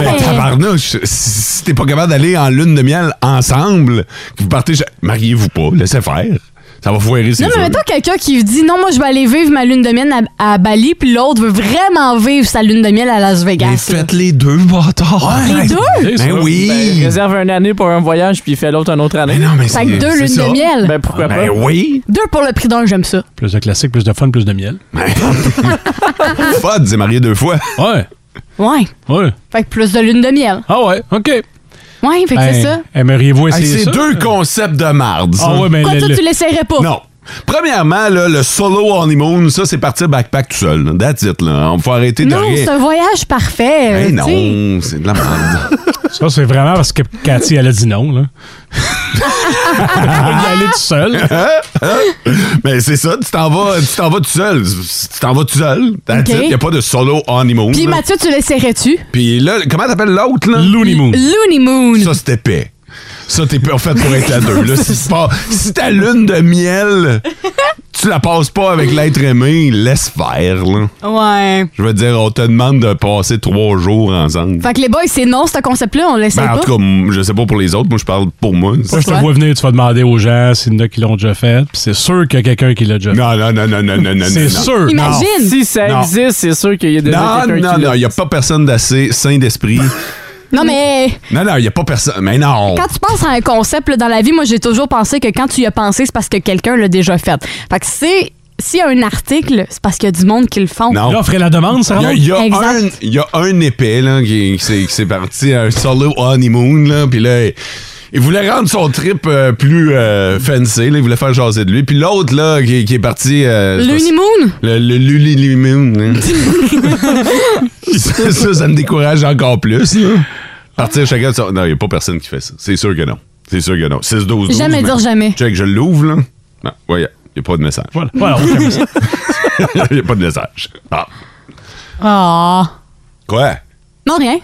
C: mais
D: mais-
C: tabarnouche, si si t'es pas capable d'aller en lune de miel ensemble, que vous partez, chez- mariez-vous pas, laissez faire. Ça va foirer, c'est
D: Non,
C: sûr.
D: mais mettons quelqu'un qui dit non, moi, je vais aller vivre ma lune de miel à, à Bali, puis l'autre veut vraiment vivre sa lune de miel à Las
C: Mais
D: Vegas. là.
C: faites les deux, bâtards.
D: Les
C: Ouais.
D: deux?
C: Ben
E: C'est ça.
C: oui. Ben
E: Ben, réserve une année pour un voyage, puis il fait l'autre une autre année.
C: Non, mais
D: Fait
C: c'est-
D: que deux
C: c'est
D: lunes
C: ça.
D: de miel.
E: Ben pourquoi
C: Ben
E: pas?
C: oui.
D: Deux pour le prix d'un, j'aime ça.
F: Plus de classique, plus de fun, plus de miel.
D: Ah.
C: Fod s'est marié deux fois.
F: Ouais,
D: Ouais.
F: ouais.
D: Fait que plus de lune de miel.
F: Ah ouais, OK.
D: Ouais, fait que c'est
F: Ben,
D: ça.
F: Aimeriez-vous
C: Hey,
F: essayer
C: c'est
F: ça?
C: deux concepts de marde. ça.
F: Ah ouais, mais
D: Pourquoi
F: le-
D: toi,
F: le-
D: tu l'essayerais pas?
C: ben, Non. Premièrement, là, le solo honeymoon, ça, c'est partir backpack tout seul. là. That's it. Là. On faut arrêter de
D: Non,
C: rien.
D: c'est un voyage parfait.
C: Ben
D: tu sais.
C: non, c'est de la merde.
F: Ça, c'est vraiment parce que Cathy, elle a dit non, là. Elle va y aller tout seul.
C: Mais c'est ça, tu t'en vas, tu t'en vas tout seul. Tu t'en vas tout seul. That's
D: Ok.
C: it. Y a pas de solo honeymoon.
D: Puis
C: là.
D: Mathieu, tu l'essayerais-tu?
C: Puis là, comment t'appelles l'autre, là?
F: Looney Moon.
D: Looney Moon.
C: Ça, c'était paix. Ça, t'es pas fait pour être à deux. Là, si, tu pars- si ta lune de miel, tu la passes pas avec l'être aimé, laisse faire, là.
D: Ouais.
C: Je veux dire, on te demande de passer trois jours ensemble.
D: Fait que les boys, c'est non, ce concept-là, on l'essaie
C: Ben, en
D: pas.
C: tout cas, m- je sais pas pour les autres, moi je parle pour moi.
F: Moi, je te
D: Toi?
F: vois venir, tu vas demander aux gens s'il y en a qui l'ont déjà fait. Puis c'est sûr qu'il y a quelqu'un qui l'a déjà fait.
C: Non, non, non, non, non, non, non.
F: C'est
C: non.
F: sûr.
D: Imagine.
E: Si ça
C: Non.
E: existe, c'est sûr qu'il y a déjà
C: Non,
E: quelqu'un
C: non,
E: qui l'a-
C: non, il n'y a pas personne d'assez sain d'esprit.
D: Non, mais
C: non, non, il n'y a pas personne. Mais non.
D: quand tu penses à un concept là, dans la vie, moi, j'ai toujours pensé que quand tu y as pensé, c'est parce que quelqu'un l'a déjà fait. Fait que c'est. S'il y a un article, c'est parce qu'il y a du monde qui le font.
C: Non.
F: L'offre et la demande, ça
C: Il y a-
F: rentre.
C: il y, a
D: Exact.
C: un- il y a un épais là, qui, qui s'est- qui s'est parti à un solo honeymoon. Là, puis là, il- il voulait rendre son trip euh, plus euh, fancy. Là, il voulait faire jaser de lui. Puis l'autre là, qui, qui est parti. euh, je sais pas si-
D: Looney Moon?
C: Le, le Lululimoon, hein. ça, ça, ça me décourage encore plus. là. Partir chacun de son... Non, il n'y a pas personne qui fait ça. C'est sûr que non. C'est sûr que non. 6, 12, 12.
D: Jamais
C: mais-
D: dire jamais.
C: Check, je l'ouvre, là. Non, voyez, il n'y a pas de message.
F: Voilà, voilà, on ferme ça.
C: Il n'y a pas de message. Ah.
D: Ah.
C: Quoi?
D: Non, rien.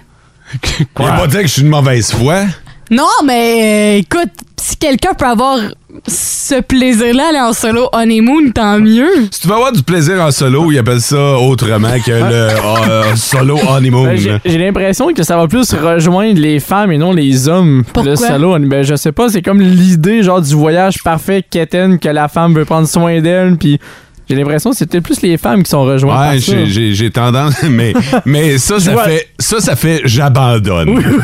C: Il a pas dit que je suis une mauvaise foi.
D: Non, mais euh, écoute, si quelqu'un peut avoir ce plaisir-là, aller en solo honeymoon, tant mieux.
C: Si tu veux avoir du plaisir en solo, ils appellent ça autrement que le euh, solo honeymoon.
E: Ben, j'ai-
C: là.
E: J'ai l'impression que ça va plus rejoindre les femmes et non les hommes.
D: Pourquoi?
E: Le solo, ben, je sais pas, c'est comme l'idée genre du voyage parfait quétaine que la femme veut prendre soin d'elle, puis j'ai l'impression que c'est peut-être plus les femmes qui sont rejointes par
C: Ouais,
E: ça.
C: j'ai- j'ai j'ai tendance, mais, mais ça, ça
E: vois-
C: fait, ça, ça fait j'abandonne.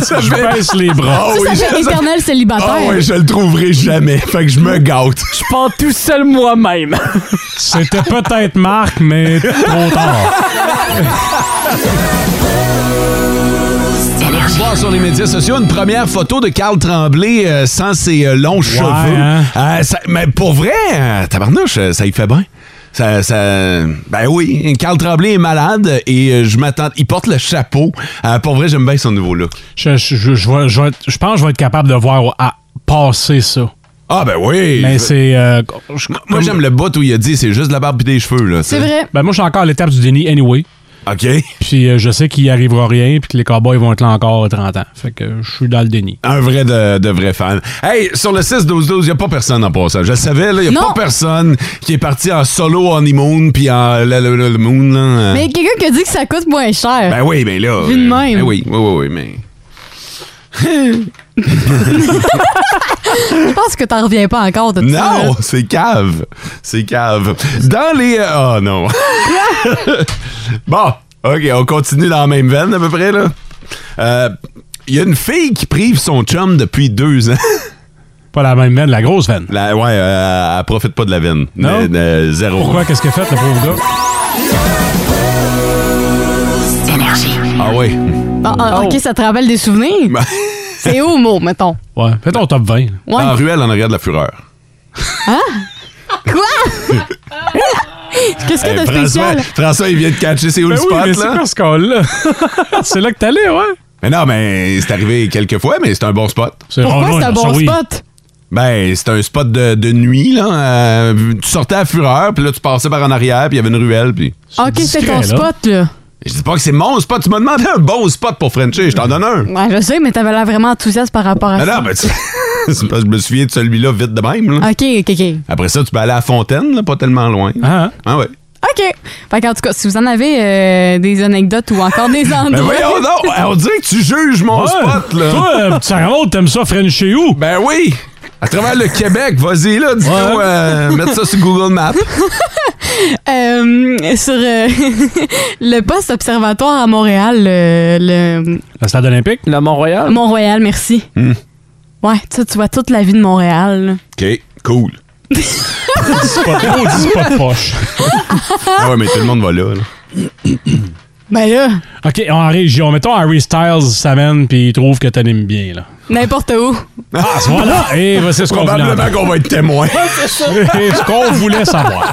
F: Ça, je baisse les bras.
C: Ah oui,
D: ça, ça fait éternel célibataire.
C: Ah ouais, je le trouverai jamais. Fait que je me gâte.
E: Je pars tout seul moi-même.
F: C'était peut-être Marc, mais trop tard.
C: Je vois sur les médias sociaux une première photo de Carl Tremblay euh, sans ses euh, longs cheveux.
F: hein?
C: Euh, ça- mais pour vrai, euh, tabarnouche, euh, ça y fait bien. Ça, ça- ben oui, Carl Tremblay est malade et euh, je m'attends. Il porte le chapeau. Euh, pour vrai, j'aime bien son nouveau look.
F: Je, je, je, je vais- je vais être- je pense que je vais être capable de voir à passer ça.
C: Ah ben oui.
F: Mais c'est. euh, je-
C: Moi, j'aime le bout où il a dit c'est juste de la barbe et des cheveux. là.
D: C'est vrai.
F: Ben, moi, je suis encore à l'étape du déni anyway.
C: OK.
F: Puis euh, je sais qu'il n'y arrivera rien, puis que les cowboys vont être là encore à 30 ans. Fait que euh, je suis dans le déni.
C: Un vrai de, de vrai fan. Hey, sur le 6-12-12, il n'y a pas personne en passant. Je le savais, il n'y a
D: Non.
C: pas personne qui est parti en solo honeymoon puis en le, le- le- le moon. Là.
D: Mais quelqu'un qui a dit que ça coûte moins cher.
C: Ben oui, mais là.
D: Vu de
C: euh,
D: même.
C: Ben oui, oui, oui, oui, mais.
D: Je pense que t'en reviens pas encore de tout ça. là.
C: Ben. Non, c'est cave. C'est cave. Dans les. Oh non. bon, OK, on continue dans la même veine à peu près, là. Euh, Il y a une fille qui prive son chum depuis deux ans.
F: Pas la même veine, la grosse veine.
C: La- ouais, euh, elle profite pas de la veine.
F: Non?
C: Mais, euh, zéro.
F: Pourquoi? Qu'est-ce qu'elle a fait, le pauvre gars?
C: Ah oui.
D: Bon, ah, OK, ça te rappelle des souvenirs?
C: Ben.
D: C'est où, mot, mettons?
F: Ouais. Fais ton top 20. là.
D: Ouais.
C: En ruelle, en arrière de la fureur.
D: Hein? Quoi? Qu'est-ce que
C: Hey,
D: t'as de
C: Eh, François,
D: spécial?
C: François, il vient de catcher ses où le
F: Ben oui,
C: spot,
F: mais c'est
C: là?
F: quoi ce call-là? c'est là que t'allais, ouais?
C: Mais non, mais c'est arrivé quelques fois, mais c'est un bon spot.
D: Pourquoi c'est un bon spot?
C: Ben, c'est un spot de, de nuit, là. Euh, tu sortais à fureur, puis là, tu passais par en arrière, puis il y avait une ruelle, puis...
D: OK, c'est
C: discret,
D: ton
C: là.
D: spot, là.
C: Je dis pas que c'est mon spot. Tu m'as demandé un bon spot pour Frencher. Je t'en donne un.
D: Ouais, je sais, mais t'avais l'air vraiment enthousiaste par rapport à
C: Mais
D: ça.
C: non, ben, tu- c'est parce que je me souviens de celui-là vite de même, là.
D: OK, OK, OK.
C: Après ça, tu peux aller à Fontaine, là, pas tellement loin.
F: Ah,
C: ouais.
D: OK. Fait qu'en tout cas, si vous en avez euh, des anecdotes ou encore des endroits...
C: Ben voyons donc! On dirait que tu juges mon
F: Ouais.
C: spot, là!
F: Toi, euh, petit Raymond, t'aimes ça French chez où?
C: Ben oui! À travers le Québec, vas-y, là, dis-nous,
F: Ouais.
C: euh, mettre ça sur Google Maps.
D: Euh, sur euh, le poste observatoire à Montréal, le, le-
F: La stade olympique?
E: Le Mont-Royal?
D: Mont-Royal, merci.
C: Hmm.
D: Ouais, ça, tu vois toute la vie de Montréal. là.
C: OK, cool.
F: C'est pas trop, dis pas de poche.
C: Ah ouais, mais tout le monde va là, là.
D: Ben là,
F: OK, en région, mettons Harry Styles s'amène puis il trouve que t'animes bien, là.
D: n'importe où.
F: Ah, ce moment-là! Et c'est ce qu'on voulait
C: Probablement
F: entendre.
C: qu'on va être témoin.
F: Et ce qu'on voulait savoir.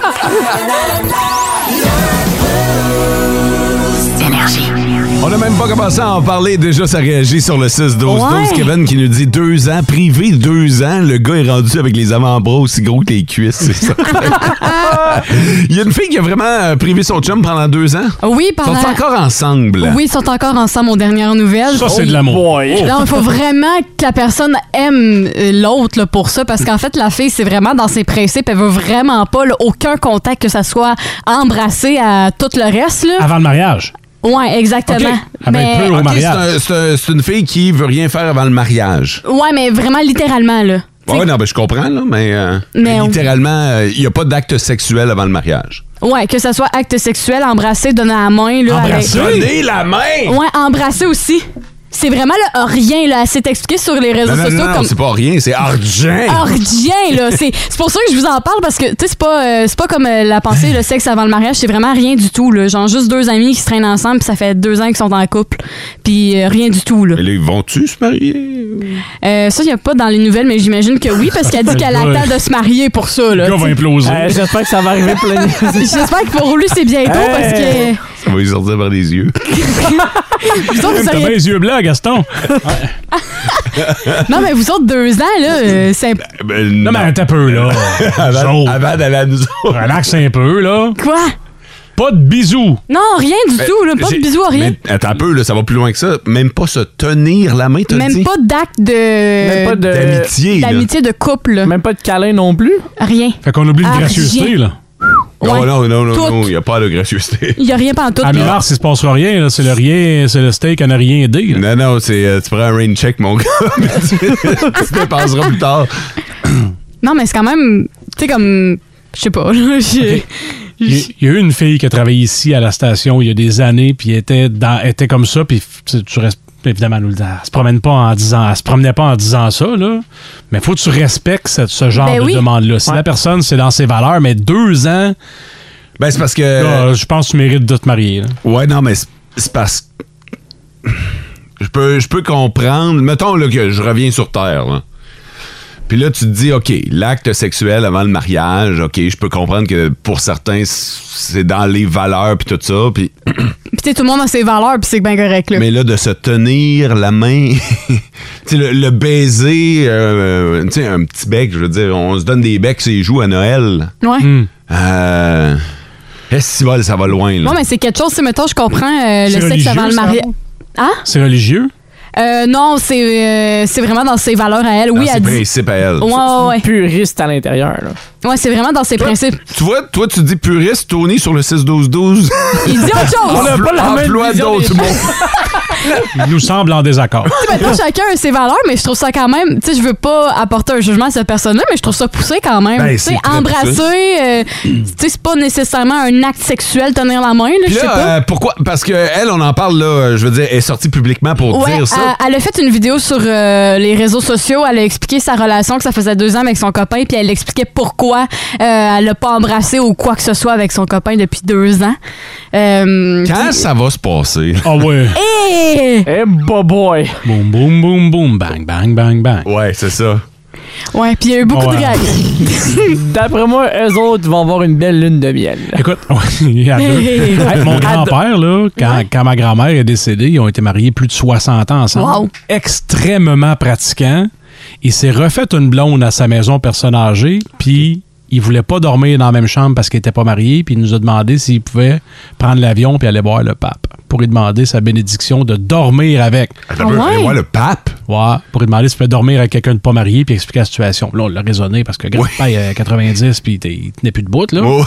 C: On n'a même pas commencé à en parler, déjà ça réagit sur le 6-12-12.
D: Ouais.
C: Kevin qui nous dit deux ans, privé deux ans, le gars est rendu avec les avant-bras aussi gros que les cuisses, c'est ça. Il y a une fille qui a vraiment euh, privé son chum pendant deux ans.
D: Oui,
C: Ils sont
D: pendant...
C: encore ensemble.
D: Oui, ils sont encore ensemble aux dernières nouvelles.
F: Ça, c'est de l'amour.
C: Oh.
D: Non, il faut vraiment que la personne aime euh, l'autre là, pour ça, parce qu'en fait, la fille, c'est vraiment dans ses principes. Elle veut vraiment pas là, aucun contact, que ça soit embrassé à tout le reste. Là.
F: Avant le mariage.
D: Ouais, exactement.
F: Ok. Ah ben, peu au
C: Ah. Ok, c'est
F: mariage.
C: un- c'est un- c'est une fille qui veut rien faire avant le mariage.
D: Ouais, mais vraiment littéralement, là. Tu sais,
C: Ouais, non, ben, je comprends, là, mais, euh,
D: Mais on-
C: littéralement, euh, il n'y a pas d'acte sexuel avant le mariage.
D: Ouais, que ce soit acte sexuel, embrasser, donner la main. Là,
F: Embrasser? Oui.
C: Donnez la main!
D: Avec... Ouais, embrasser aussi. C'est vraiment le rien, là. C'est expliqué sur les réseaux
C: Non, non, non,
D: sociaux
C: non,
D: comme.
C: c'est pas rien, c'est argent!
D: Ah, rien, là. C'est c'est pour ça que je vous en parle parce que, tu sais, c'est pas, euh, c'est pas comme euh, la pensée, le sexe avant le mariage, c'est vraiment rien du tout, là. Genre, juste deux amis qui se traînent ensemble, puis ça fait deux ans qu'ils sont en couple, puis euh, rien du tout, là.
C: Mais là, ils vont-tu se marier?
D: Euh, ça, il a pas dans les nouvelles, mais j'imagine que oui, parce qu'elle dit qu'elle
F: Ouais.
D: attend de se marier pour ça,
F: Le
D: là.
F: gars va imploser.
E: Euh, J'espère que ça va arriver plein
D: J'espère que pour lui, c'est bientôt parce que.
E: Hey.
C: Ça va lui sortir par les yeux.
D: Vous autres, vous
F: T'as bien
D: auriez-
F: les yeux blancs, Gaston.
D: Non, mais vous autres, deux ans, là, euh, c'est.
C: Ben,
F: Non, mais attends un peu, là.
C: avant,
F: Zone.
C: avant d'aller à nous autres.
F: Relax un peu, là.
D: Quoi?
F: Pas de bisous.
D: Non, rien du tout, là. Pas de
C: J'ai-
D: bisous, rien.
C: Mais attends un peu, là, ça va plus loin que ça. Même pas se tenir la main, t'as
D: Même
C: dit?
D: pas d'acte de.
E: Même pas de-
C: D'amitié, là.
D: D'amitié de couple, là.
E: Même pas de câlin non plus.
D: Rien.
F: Fait qu'on oublie
D: Ah,
F: de gracieuseté,
D: rien.
F: là.
C: Oh,
D: Ouais.
C: non, non, non,
D: Tout.
C: non, il n'y a pas de gracieuseté.
D: Il y a rien pas en tout.
F: À
D: là.
F: mi-mars, il Ah, se passera rien, là. C'est le rien, c'est le steak en a rien aidé, là.
C: Non, non, c'est euh, tu prends un rain check, mon gars. mais tu tu dépenseras plus tard.
D: Non, mais c'est quand même. Tu sais, comme. Je sais pas. là, j'ai-
F: Il y- il y a eu une fille qui a travaillé ici à la station il y a des années, puis elle était, dans, elle était comme ça, puis f- tu, tu restes. Évidemment, elle nous le dit, elle se promène pas en disant, elle se promenait pas en disant ça, là. Mais faut que tu respectes ce, ce genre
D: Ben
F: de
D: oui.
F: demande-là. Si la personne, c'est dans ses valeurs, mais deux ans,
C: Ben, c'est parce que.
F: là, je pense que tu mérites de te marier. là.
C: Ouais, non, mais c'est- c'est parce Je peux, je peux comprendre. Mettons là, que je reviens sur Terre. là. Puis là, tu te dis, OK, l'acte sexuel avant le mariage, OK, je peux comprendre que pour certains, c'est dans les valeurs puis tout ça. Puis,
D: Puis, tu sais, tout le monde a ses valeurs, puis c'est bien correct, là.
C: mais là, de se tenir la main, tu sais, le, le baiser, euh, tu sais, un petit bec, je veux dire, on se donne des becs et joues à Noël.
D: Ouais.
C: Euh, Estival, ça va loin. Là.
D: Non, mais c'est quelque chose, c'est mettons, je comprends euh, le
F: C'est
D: sexe
F: religieux,
D: avant le
F: ça?
D: mariage. Hein?
F: C'est religieux?
D: Euh, non, c'est euh, c'est vraiment dans ses valeurs à elle.
C: Dans
D: Oui,
C: ses
D: elle dit.
C: principes à elle.
D: Ouais, ouais, ouais.
E: Puriste à l'intérieur. là.
D: Ouais, c'est vraiment dans ses principes.
C: Tu vois, toi, tu dis puriste, Tony, sur le 6-12-12.
D: Il dit autre chose.
E: a pas la même
C: Emploi
E: vision des
C: d'autres mots.
F: Il nous semble en désaccord.
D: Tu sais, maintenant, chacun a ses valeurs, mais je trouve ça quand même. Tu sais, je veux pas apporter un jugement à cette personne-là, mais je trouve ça poussé quand même.
C: Ben,
D: tu sais,
C: c'est très
D: embrasser, euh, tu sais, c'est pas nécessairement un acte sexuel, tenir la main, là, je
C: Puis
D: sais
C: là,
D: pas.
C: euh, pourquoi? Parce que elle, on en parle, là, euh, je veux dire, elle est sortie publiquement pour
D: Ouais,
C: dire ça.
D: euh, elle a fait une vidéo sur euh, les réseaux sociaux. Elle a expliqué sa relation que ça faisait deux ans avec son copain, puis elle expliquait pourquoi euh, elle l'a pas embrassé ou quoi que ce soit avec son copain depuis deux ans. Euh,
C: Quand ça va se passer?
F: Ah ouais.
D: et Yeah!
E: Eh, boy!
F: Boum, boum, boum, boum, bang, bang, bang, bang.
C: Ouais, c'est ça.
D: Ah Ouais, puis il y a eu beaucoup de
F: Ouais.
D: réactions.
E: D'après moi, eux autres vont avoir une belle lune de miel.
F: Écoute, ouais, à deux. Hey, mon grand-père, là, quand, quand ma grand-mère est décédée, ils ont été mariés plus de 60 ans ensemble.
D: Wow.
F: Extrêmement pratiquant. Il s'est refait une blonde à sa maison personne âgée, puis il voulait pas dormir dans la même chambre parce qu'il était pas marié, puis il nous a demandé s'il pouvait prendre l'avion puis aller voir le pape pour lui demander sa bénédiction de dormir avec.
C: Attends un peu,
D: Ah ouais?
C: allez voir le pape.
F: Ouais, pour lui demander s'il peut dormir avec quelqu'un de pas marié puis expliquer la situation. Là, on l'a raisonné parce que grand-père, il a 90 puis il t- il tenait plus de bout, là.
C: Oh.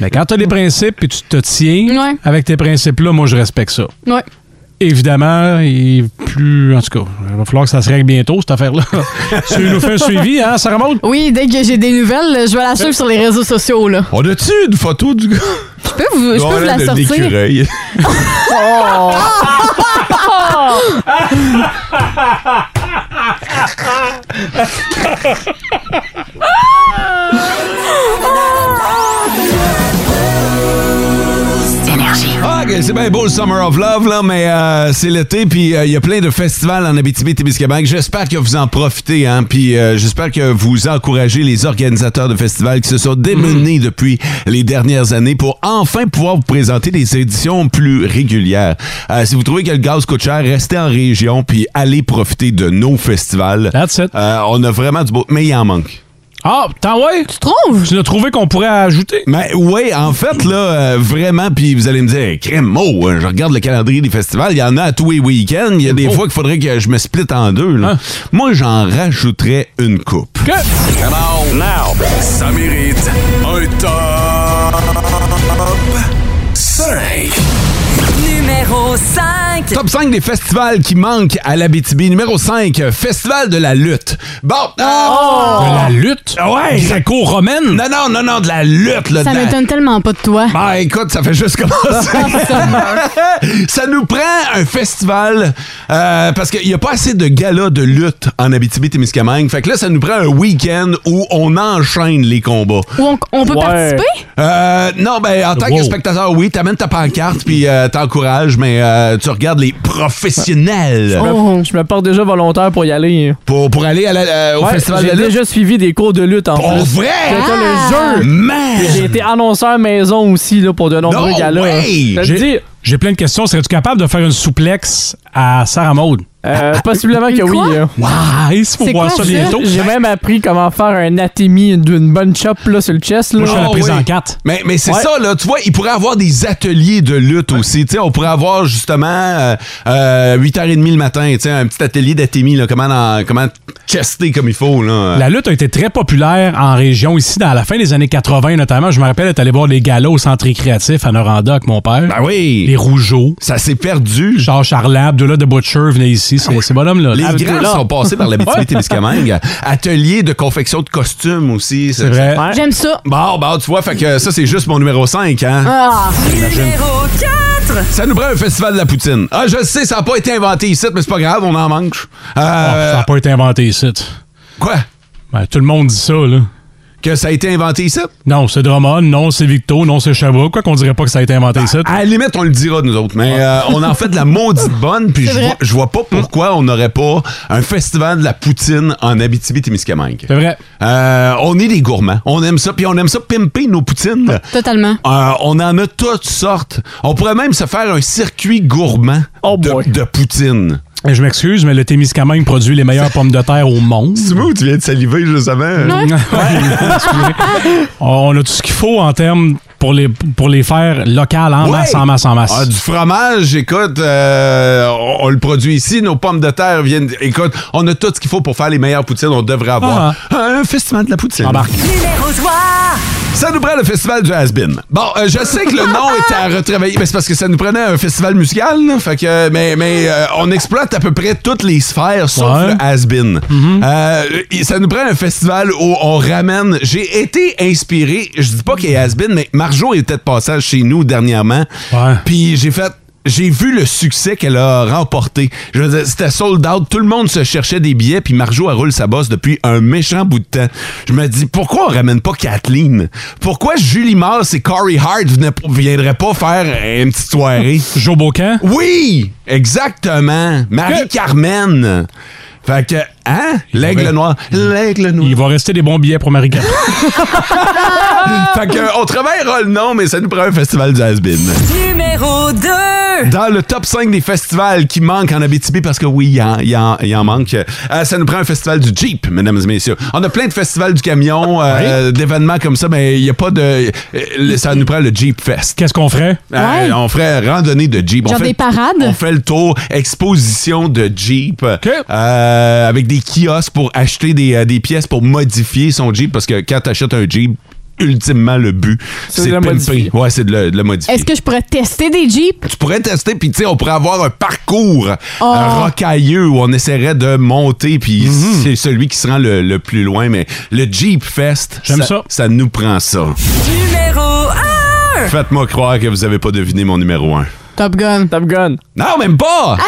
F: Mais quand t'as des principes et tu te tiens
D: Ouais.
F: avec tes principes-là, moi, je respecte ça.
D: Ouais.
F: Évidemment, et plus. En tout cas, il va falloir que ça se règle bientôt, cette affaire-là. tu nous fais un suivi, hein, Sarah Maud?
D: Oui, dès que j'ai des nouvelles, je vais la suivre sur les réseaux sociaux. Là.
C: On a-tu une photo du gars?
D: Je peux vous, je peux vous la
C: de
D: sortir?
C: l'écureuil. Ah, ok, c'est bien beau le Summer of Love, là, mais euh, c'est l'été, puis euh, il y a plein de festivals en Abitibi-Témiscamingue. J'espère que vous en profitez, hein, puis euh, j'espère que vous encouragez les organisateurs de festivals qui se sont démenés depuis les dernières années pour enfin pouvoir vous présenter des éditions plus régulières. Euh, si vous trouvez que le gaz coûte cher, restez en région, puis allez profiter de nos festivals.
F: That's it.
C: Euh, on a vraiment du beau, mais il en manque.
F: Ah, t'en ouais?
D: Tu trouves?
F: Tu l'as trouvé qu'on pourrait ajouter?
C: Mais oui, en fait, là, euh, vraiment, puis vous allez me dire, Hey, crème, oh, hein, je regarde le calendrier des festivals, il y en a à tous les week-ends, il y a des fois qu'il faudrait que je me split en deux. Là.
F: Oh. Hein?
C: Moi, j'en rajouterais une coupe.
F: Que?
G: Come on, now. Ça mérite un top 5.
J: Numéro 5.
C: Top 5 des festivals qui manquent à l'Abitibi. Numéro 5, Festival de la lutte. Bon, ah,
D: Oh!
F: De la lutte? Ouais! Gréco-romaine?
C: non, non, non, non, de la lutte. Là,
D: Ça
C: de la-
D: m'étonne tellement pas de toi.
C: Ben écoute, ça fait juste commencer. ça nous prend un festival euh, parce qu'il n'y a pas assez de galas de lutte en Abitibi-Témiscamingue. Fait que là, ça nous prend un week-end où on enchaîne les combats.
D: Ou on, on peut
E: Ouais.
D: participer?
C: Euh, non, ben en tant que
F: Wow.
C: spectateur, oui, t'amènes ta pancarte puis euh, t'encourages, mais euh, tu regardes les professionnels
E: Je me-
D: Oh.
E: Je me porte déjà volontaire pour y aller.
C: pour, pour aller à la- euh, au
E: Ouais,
C: festival de
E: J'ai
C: la lutte.
E: déjà suivi des cours de lutte en
C: Pour
E: plus.
C: vrai!
E: C'était
D: Ah!
E: le jeu!
C: Man!
E: J'ai été annonceur maison aussi là, pour de nombreux
C: No
E: galas.
C: way!
E: Je te
F: J'ai-
E: dis,
F: J'ai plein de questions. Serais-tu capable de faire une souplexe à Sarah Maud?
E: euh, possiblement que
D: Quoi?
E: oui. là.
F: Wow! Il faut
D: C'est
F: voir
D: quoi
F: ça
D: ça?
F: bientôt.
E: J'ai même appris comment faire un atémi d'une bonne chop là, sur le chest. Là.
F: Moi, je fais la
C: Ah
F: prise
C: oui.
F: en quatre.
C: Mais, mais c'est
E: Ouais.
C: ça, là. Tu vois, il pourrait avoir des ateliers de lutte aussi. Tu sais, on pourrait avoir justement euh, euh, 8h30 le matin, tu sais, un petit atelier d'atémie, là, comment, dans- comment chester comme il faut, là.
F: La lutte a été très populaire en région ici dans la fin des années 80 notamment. Je me rappelle être allé voir les galas au centre récréatif à Noranda avec mon père.
C: Ben oui!
F: Les Rougeaux,
C: Ça s'est perdu.
F: Charles Charlab, de là de Butcher venaient ici. C'est ces bonhommes-là.
C: Les
F: Ah,
C: grands
F: là.
C: sont passés par la Témiscamingue. Atelier de confection de costumes aussi.
F: C'est vrai.
E: Ouais.
D: J'aime ça.
C: Bon, bon, tu vois, fait que ça, c'est juste mon numéro 5, hein?
D: Ah.
J: Numéro 4.
C: Ça nous prend un festival de la poutine. Ah, je le sais, ça n'a pas été inventé ici, mais c'est pas grave, on en manque.
F: Ah,
C: Euh,
F: ça n'a pas été inventé ici.
C: Quoi?
F: Ben, tout le monde dit ça, là.
C: Que ça a été inventé ici?
F: Non, c'est Drummond, non, c'est Victo, non, c'est Chabot. Quoi qu'on dirait pas que ça a été inventé ici.
C: À la limite, on le dira, nous autres, mais euh, on en fait de la maudite bonne, puis je vois, je vois pas pourquoi on n'aurait pas un festival de la poutine en Abitibi-Témiscamingue.
F: C'est vrai.
C: Euh, on est des gourmands. On aime ça, puis on aime ça pimper nos poutines.
D: Totalement.
C: Euh, on en a toutes sortes. On pourrait même se faire un circuit gourmand
E: Oh boy.
C: de, de poutine.
F: Et Je m'excuse, mais le Témiscamingue produit les meilleures pommes de terre au monde.
C: Tu vois où tu viens de saliver, justement?
D: Non.
F: Excusez. On a tout ce qu'il faut en termes pour les, pour les faire locales, en
C: Ouais.
F: masse, en masse, en masse.
C: Ah, du fromage, écoute, euh, on, on le produit ici, nos pommes de terre viennent. Écoute, on a tout ce qu'il faut pour faire les meilleures poutines, on devrait avoir Ah, un festival de la poutine.
F: Embarque.
J: Numéro 3.
C: Ça nous prend le festival du Has-Been. Bon, euh, je sais que le nom est à retravailler, mais c'est parce que ça nous prenait un festival musical, là. Fait que, mais, mais euh, on exploite à peu près toutes les sphères sauf
F: Ouais.
C: le Has-Been. Euh, et ça nous prend un festival où on ramène. J'ai été inspiré, je dis pas qu'il y a Has-Been, mais Marjo était de passage chez nous dernièrement.
F: Ouais.
C: Puis j'ai fait. j'ai vu le succès qu'elle a remporté. Je veux dire, c'était sold out, tout le monde se cherchait des billets, puis Marjo, elle roule sa bosse depuis un méchant bout de temps. Je me dis, pourquoi on ramène pas Kathleen? Pourquoi Julie Mars et Corey Hart venaient- viendraient pas faire une petite soirée?
F: Joe Bocan?
C: Oui! Exactement! Marie-Carmen! Fait que, hein? L'aigle noir. L'aigle noir.
F: Il va rester des bons billets pour marie
C: fait que, euh, on travaillera le nom, mais ça nous prend un festival du has-been.
J: Numéro 2.
C: Dans le top 5 des festivals qui manquent en Abitibi, parce que oui, il en, il en- il en manque, euh, ça nous prend un festival du Jeep, mesdames et messieurs. On a plein de festivals du camion, euh, d'événements comme ça, mais il n'y a pas de... euh, le- ça nous prend le Jeep Fest.
F: Qu'est-ce qu'on ferait?
D: Ouais.
C: Euh, On ferait randonnée de Jeep.
D: Genre
C: on fait,
D: des parades?
C: On fait le tour, exposition de Jeep, euh, avec des kiosques pour acheter des, euh, des pièces pour modifier son Jeep, parce que quand tu achètes un Jeep, ultimement, le but,
D: de
C: c'est de
D: le
C: pimper.
D: modifier.
C: Ouais, c'est de le, de le modifier
D: Est-ce que je pourrais tester des Jeeps?
C: tu pourrais tester, puis tu sais, on pourrait avoir un parcours
D: Oh.
C: euh, rocailleux où on essaierait de monter, puis c'est celui qui se rend le, le plus loin. Mais le Jeep Fest,
J: J'aime
C: ça, ça nous prend ça.
J: Numéro 1.
C: Faites-moi croire que vous avez pas deviné mon numéro 1.
D: Top Gun.
E: Top Gun.
C: Non, même pas!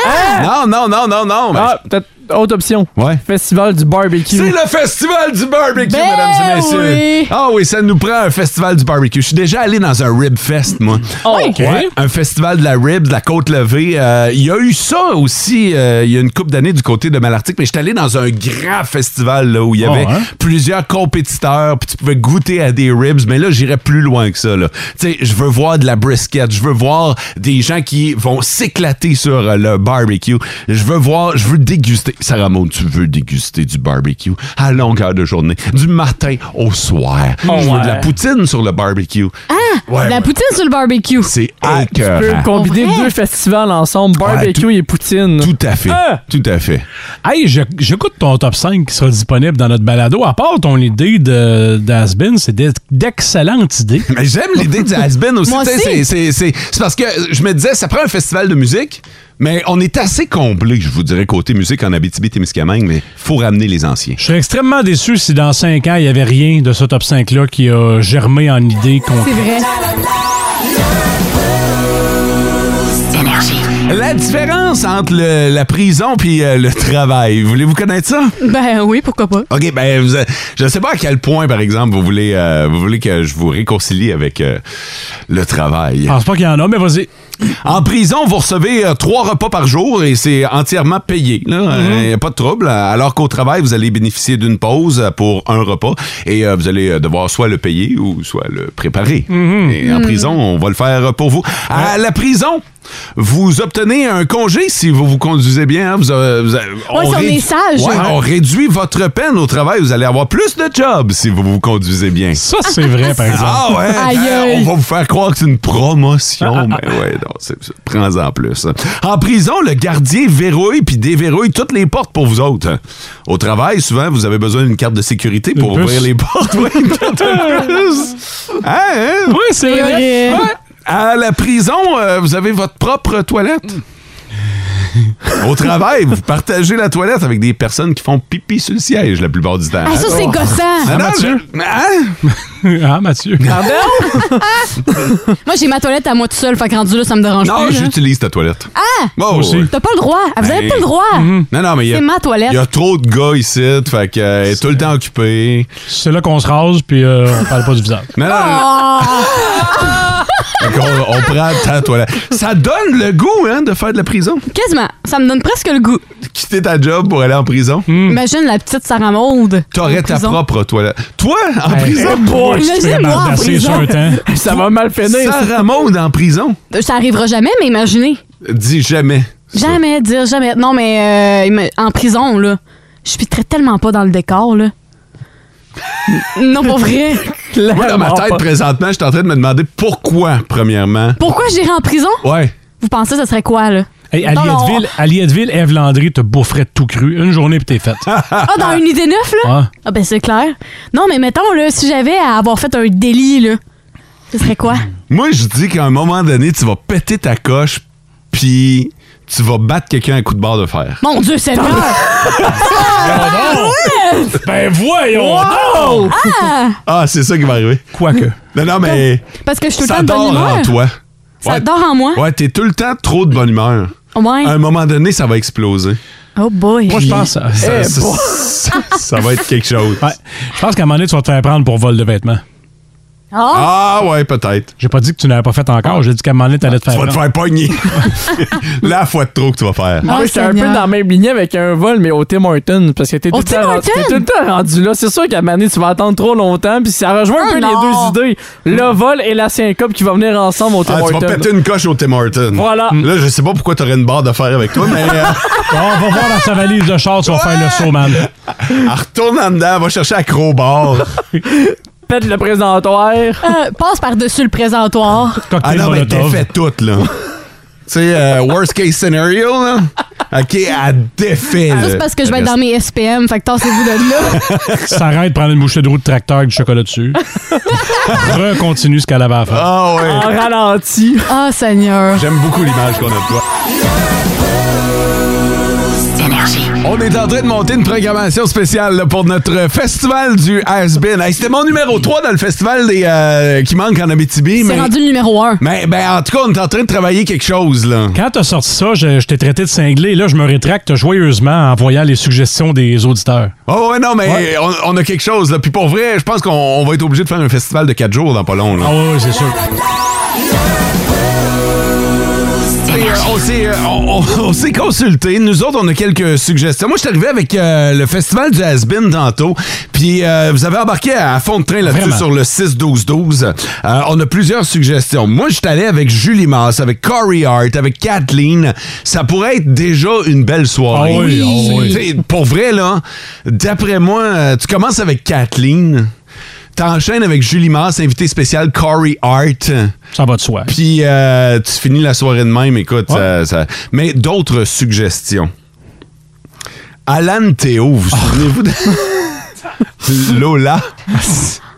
C: Non, non, non, non, non! mais-
E: Ah, peut-être autre option.
C: Ouais.
E: Festival du barbecue.
C: C'est le festival du barbecue,
E: Ben
C: mesdames et messieurs.
E: oui.
C: Ah oui, ça nous prend un festival du barbecue. Je suis déjà allé dans un rib fest, moi.
E: Oh, OK.
C: Ouais, un festival de la rib, de la côte levée. Euh, Il y a eu ça aussi euh, il y a une couple d'années du côté de Malartic, mais j'étais allé dans un grand festival là, où il y
E: Ah,
F: Oh,
C: avait
F: hein?
C: plusieurs compétiteurs, puis tu pouvais goûter à des ribs, mais là, j'irais plus loin que ça. là. Tu sais, je veux voir de la brisket, je veux voir des gens qui vont s'éclater sur euh, le barbecue, je veux voir, je veux déguster. Sarah Maud, tu veux déguster du barbecue à longueur de journée, du matin au soir.
E: Oh,
C: je veux de
E: ouais.
C: la poutine sur le barbecue.
D: Ah!
C: Ouais,
D: la
C: ouais.
D: poutine sur le barbecue.
C: C'est
E: Ah, Tu peux
C: écœurant.
D: Ah,
E: combiner deux festivals ensemble, barbecue et poutine.
C: Tout à fait.
E: Ah!
C: Tout à fait.
F: Hey, je- j'écoute ton top 5 qui sera disponible dans notre balado. À part ton idée de d'Asbin, c'est d'ex- d'excellentes idées.
C: Mais j'aime l'idée du has-been aussi.
F: Moi
C: tu sais, C'est,
F: aussi.
C: c'est- c'est- c'est parce que je me disais, ça prend un festival de musique, mais on est assez comblé, je vous dirais, côté musique en Abitibi-Témiscamingue, mais faut ramener les anciens.
F: Je serais extrêmement déçu si dans 5 ans, il n'y avait rien de ce top 5-là qui a germé en idée qu'on.
D: vrai.
C: La différence entre le- la prison puis euh, le travail, voulez-vous connaître ça?
D: Ben oui, pourquoi pas.
C: OK, ben, vous, euh, je sais pas à quel point, par exemple, vous voulez, euh, vous voulez que je vous réconcilie avec euh, le travail.
F: Je pense pas qu'il y en a, mais vas-y.
C: En
F: Mhm.
C: prison, vous recevez euh, trois repas par jour et c'est entièrement payé. Il
F: Mhm.
C: a pas de trouble. euh, Alors qu'au travail, vous allez bénéficier d'une pause euh, pour un repas et euh, vous allez euh, devoir soit le payer ou soit le préparer. Et en
F: Mhm.
C: prison, on va le faire euh, pour vous. À la prison, vous obtenez un congé si vous vous conduisez bien. hein. Vous, euh, vous, euh,
D: Ouais, si on est
C: réduit-
D: sage.
C: Ouais,
D: Ouais.
C: on réduit votre peine au travail. Vous allez avoir plus de jobs si vous vous conduisez bien.
F: Ça, c'est vrai, par exemple.
C: Ah ouais?
F: Aïe, aïe.
C: On va vous faire croire que c'est une promotion. mais ouais, non, c'est- c'est- prends-en plus. En prison, le gardien verrouille puis déverrouille toutes les portes pour vous autres. Au travail, souvent, vous avez besoin d'une carte de sécurité pour
F: Une puce.
C: ouvrir les portes. Oui, une carte de puce. Hein, hein?
F: Oui, c'est
C: C'est
F: vrai.
C: vrai. Ouais. À la prison, euh, vous avez votre propre toilette. Au travail, vous partagez la toilette avec des personnes qui font pipi sur le siège la plupart du temps.
D: Ah, ça, c'est
C: Oh.
D: gossant.
C: Non, non,
F: Mathieu?
C: je- Hein?
F: Ah, Mathieu.
D: Moi, j'ai ma toilette à moi tout seul, fait que rendu là, ça me dérange
C: Non,
D: plus. là.
C: j'utilise ta toilette. Oh,
D: Ah!
C: hein. Moi aussi.
D: T'as pas le droit. Ah, Vous avez
C: Ben,
D: pas le droit.
C: Non, non, mais il y a-
D: C'est ma toilette.
C: Il y a trop de gars ici, fait que euh, elle est tout le temps occupé.
F: C'est là qu'on se rase, puis euh, on parle pas du visage.
C: Non, non, non.
D: Ah! Oh!
C: Fait qu'on- on, prend ta toilette. Ça donne le goût, hein, de faire de la prison.
D: Quasiment. Ça me donne presque le goût.
C: Quitter ta job pour aller en prison.
F: Hmm.
D: Imagine la petite Sarah Maude.
C: T'aurais ta propre toilette. Toi, en
F: Hey,
C: prison,
F: boy,
D: Imagine,
F: je suis capable
D: moi, en
F: d'asser sur un
D: prison.
F: temps.
E: Ça va mal finir. ça.
C: Sarah Maud en prison,
D: Ça arrivera jamais, mais imaginez.
C: dis jamais.
D: Jamais dire jamais. Non, mais euh, ima- en prison, là. Je piterais tellement pas dans le décor, là. non, pour vrai.
C: Moi, dans ma
E: Clairement
C: tête,
E: pas.
C: présentement, je suis en train de me demander pourquoi, premièrement.
D: Pourquoi j'irais en prison?
C: Ouais.
D: Vous pensez que ça serait quoi, là?
F: Hey, à
D: Non, non.
F: Lietteville, à Lietteville, Ève Landry te boufferait tout cru. Une journée, puis t'es faite.
D: Ah, dans une idée neuve, là?
F: Ah.
D: Ah, ben c'est clair. Non, mais mettons, là, si j'avais à avoir fait un délit, là, ce serait quoi?
C: Moi, je dis qu'à un moment donné, tu vas péter ta coche, puis tu vas battre quelqu'un à coup de barre de fer.
D: Mon Dieu, Seigneur!
F: Ben voyons!
D: Ah!
C: Ah, c'est ça qui va arriver.
F: Quoique.
C: Non, non, mais
D: Parce que je suis tout le
C: ça
D: temps de bonne
C: dort en
D: humeur.
C: toi.
D: Ça dort en moi.
C: Ouais, t'es tout le temps trop de bonne humeur.
D: Ouais.
C: À un moment donné, ça va exploser.
D: Oh boy.
F: Moi, je pense Ah, ça,
D: Eh,
F: Ah.
C: Ça, ça- ça- ça va être quelque chose.
F: Ouais. Je pense qu'à un moment donné, tu vas te faire prendre pour vol de vêtements.
D: Ah,
C: Ah ouais, peut-être.
F: J'ai pas dit que tu n'avais pas fait encore. J'ai dit qu'à un moment donné, t'allais te
C: Tu
F: faire
C: vas te
F: prendre.
C: faire pogner. La fois de trop que tu vas faire.
D: Ah,
E: Moi, j'étais un peu
D: Seigneur.
E: dans la même lignée avec un vol, mais au Tim Hortons, parce que t'es tout,
D: Au
E: le temps
D: Tim
E: ren-
D: Hortons?
E: t'es tout le temps rendu là. C'est sûr qu'à Mané, tu vas attendre trop longtemps, puis ça rejoint un
D: Ah,
E: peu
D: non.
E: les deux idées. Le vol et la syncope qui vont venir ensemble au Tim
C: Ah, tu vas
E: Hortons.
C: péter une coche au Tim Hortons.
E: Voilà.
C: Là, je sais pas pourquoi t'aurais une barre de fer avec toi, mais euh,
F: Bon, on va voir dans sa valise de char, tu vas faire le saut, man.
C: elle retourne en dedans, va chercher à Crowbar.
E: Pète le présentoir.
D: euh, passe par-dessus le présentoir.
C: Ah
F: Cocktail
C: non, mais
F: Molotov.
C: défait tout, là. tu sais, euh, worst case scenario, là. OK, elle défait.
D: Ah, Ça,
C: là.
D: c'est parce que je vais être dans mes SPM, fait que tassez-vous de là.
F: S'arrête, prendre une bouchée de roue de tracteur avec du chocolat dessus. Recontinue ce qu'elle avait à faire.
C: Ah
E: en
C: ouais.
E: ralenti.
D: Ah, Seigneur.
C: J'aime beaucoup l'image qu'on a de toi. On est en train de monter une programmation spéciale là, pour notre festival du Has-Been. Hey, C'était mon numéro 3 dans le festival des, euh, qui manque en Abitibi.
D: C'est
C: Mais,
D: rendu le numéro un.
C: mais ben, en tout cas, on est en train de travailler quelque chose. là.
F: Quand t'as sorti ça, je, je t'ai traité de cinglé. Et là, je me rétracte joyeusement en voyant les suggestions des auditeurs.
C: Oh ouais, non, mais
F: Ouais.
C: on, on a quelque chose. Là. Puis pour vrai, je pense qu'on on va être obligé de faire un festival de 4 jours dans pas long. Là.
F: Ah oui, c'est sûr.
C: Et, euh, on s'est, euh, on- on- on s'est consulté. Nous autres, on a quelques suggestions. Moi, je suis arrivé avec euh, le festival du Has-Been tantôt. Puis, euh, vous avez embarqué à fond de train là-dessus
F: Vraiment.
C: sur le 6-12-12. Euh, on a plusieurs suggestions. Moi, je suis allé avec Julie Masse, avec Corey Hart, avec Kathleen. Ça pourrait être déjà une belle soirée.
F: Ah oui, ah oui.
C: T'sais, Pour vrai, là, d'après moi, euh, tu commences avec Kathleen. T'enchaînes avec Julie Masse, invité spécial Corey Hart.
F: Ça va de soi.
C: Puis euh, tu finis la soirée de même, écoute.
F: Ouais.
C: ça- ça- Mais d'autres suggestions. Alan Théo, vous souvenez-vous de. Lola.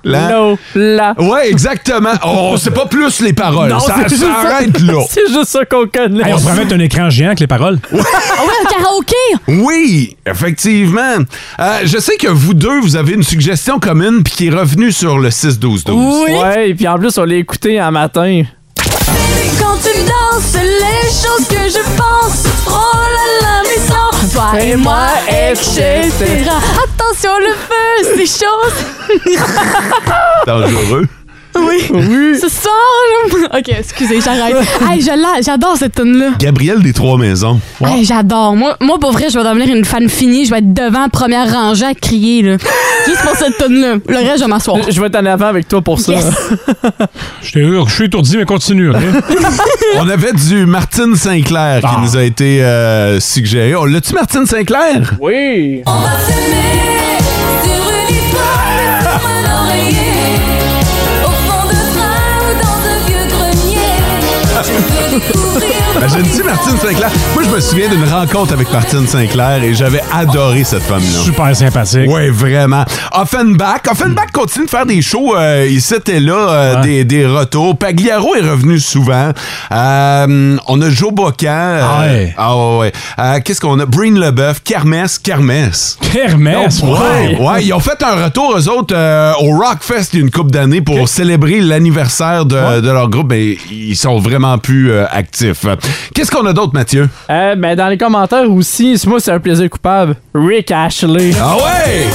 C: La-
E: Là. là.
C: Ouais, exactement. Oh, c'est pas plus les paroles.
E: Non,
C: ça
E: c'est juste ça.
C: s'arrête là.
E: C'est juste ça qu'on connaît.
F: Hey, on se mettre un écran géant avec les paroles.
D: Ah ouais, le karaoké!
C: Oui, effectivement. Euh, je sais que vous deux, vous avez une suggestion commune puis qui est revenue sur le 6-12-12.
E: Ouais, et puis en plus, on l'a écouté un matin.
J: Quand tu danses, les choses que je pense. Oh là là, mais sans toi
E: Et
J: et
E: moi,
J: moi,
E: etc..
J: etc.
D: Attention, le feu, c'est chaud!
C: Dangereux.
D: C'est ça! là. Ok, excusez, j'arrête. hey, je la- j'adore cette tune-là.
C: Gabriel des Trois Maisons.
D: Hey, j'adore. Moi, moi, pour vrai, je vais devenir une fan finie. Je vais être devant, première rangée à crier, là. Juste pour cette tune-là. Le reste, je vais m'asseoir.
E: Je vais être en avant avec toi pour ça.
F: Je t'ai eu- je suis étourdi, mais continue, OK?
C: On avait du Martine Sinclair qui
F: Ah.
C: nous a été euh, suggéré. On l'a-tu, Martine Sinclair?
E: Oui.
J: On va s'aimer sur une histoire sur un oreiller. Au fond de train ou dans un vieux grenier. Je veux découvrir.
C: J'ai dit Martine Sinclair. Moi, je me souviens d'une rencontre avec Martine Sinclair et j'avais adoré cette femme-là.
F: Super sympathique.
C: Oui, vraiment. Offenbach. Offenbach continue de faire des shows euh, ici et là, euh,
F: Ouais.
C: des, des retours. Pagliaro est revenu souvent. Euh, on a Joe Bocan.
F: Ah
C: euh,
F: ouais.
C: Ah ouais, ouais. Euh, Qu'est-ce qu'on a? Breen Leboeuf, Kermesse, Kermesse.
F: Kermesse, wow.
C: Ouais, ouais, ils ont fait un retour, eux autres, euh, au Rockfest il y a une couple d'années pour célébrer l'anniversaire de, de leur groupe, mais ils sont vraiment plus euh, actifs. Qu'est-ce qu'on a d'autre, Mathieu?
E: Euh, ben, dans les commentaires aussi, moi, c'est un plaisir coupable. Rick Ashley.
C: Ah ouais!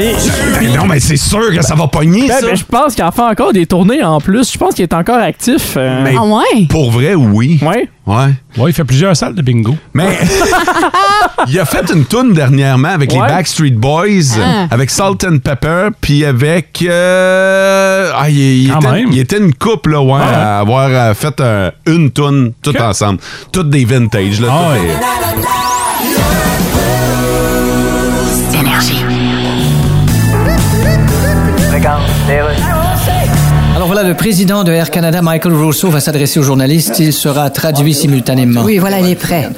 E: Et-
C: Ben non, mais c'est sûr que ça va pogner,
E: ben,
C: ça.
E: ben, je pense qu'il en fait encore des tournées en plus. Je pense qu'il est encore actif. euh,
C: Mais-
D: Ah ouais?
C: Pour vrai, oui.
E: Ouais.
C: Ouais.
F: Ouais, il fait plusieurs salles de bingo.
C: Mais il a fait une toune dernièrement avec les
E: Ouais.
C: Backstreet Boys,
D: Ah.
C: avec Salt and Pepper, puis avec... euh, Ah, il, il
F: Quand
C: était,
F: même. Ah,
C: il était une couple, là, ouais,
F: ouais.
C: à avoir euh, fait euh, une toune, tout
F: Ok.
C: ensemble. Toutes des vintage, là.
F: Ah
C: tout
F: ouais.
C: est-
I: Alors voilà, le président de Air Canada, Michael Rousseau, va s'adresser aux journalistes. Il sera traduit simultanément.
H: Oui, voilà, il est prêt.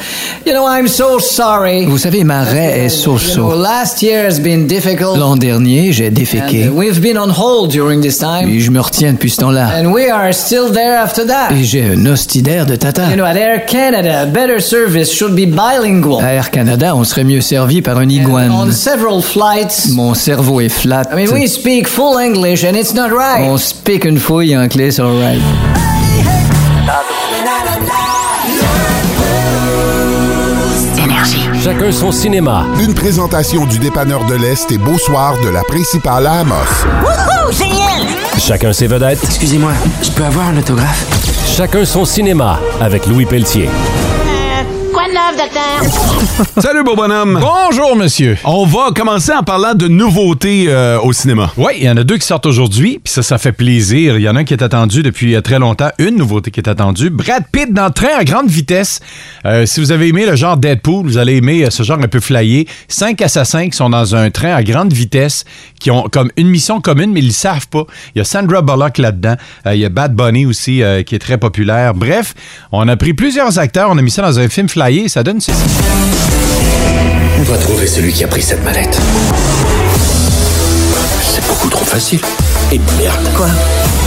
I: You know, I'm so sorry. Vous savez, ma raie est so-so. Last year has been difficult. uh, L'an dernier, j'ai déféqué.
H: And
I: we've been on hold during this time. Et je me retiens depuis ce temps-là.
H: And we are still there after that.
I: Et j'ai un ostidaire de tata.
H: You know, at Air Canada, better service should be bilingual.
I: À Air Canada, on serait mieux servi par un iguane.
H: On several flights.
I: Mon cerveau est flat.
H: I mean, we speak full English and it's not right.
I: On se pique une fouille en clé, c'est alright.
K: Chacun son cinéma. Une présentation du dépanneur de l'Est et Beau Soir de la principale à Amos.
L: Wouhou, génial!
K: Chacun ses vedettes. Excusez-moi, je peux avoir un autographe? Chacun son cinéma avec Louis Pelletier.
L: Quoi de neuf, docteur?
C: Salut, beau bonhomme. Bonjour, monsieur. On va commencer en parlant de nouveautés euh, au cinéma.
F: Oui, il y en a deux qui sortent aujourd'hui, puis ça, ça fait plaisir. Il y en a un qui est attendu depuis euh, très longtemps, une nouveauté qui est attendue. Brad Pitt dans Train à grande vitesse. Euh, si vous avez aimé le genre Deadpool, vous allez aimer euh, ce genre un peu flyé. Cinq assassins qui sont dans un train à grande vitesse, qui ont comme une mission commune, mais ils le savent pas. Il y a Sandra Bullock là-dedans. Euh, il y a Bad Bunny aussi, euh, qui est très populaire. Bref, on a pris plusieurs acteurs, on a mis ça dans un film flyé, et ça donne ceci.
A: On doit trouver celui qui a pris cette mallette. C'est beaucoup trop facile. Et merde. Quoi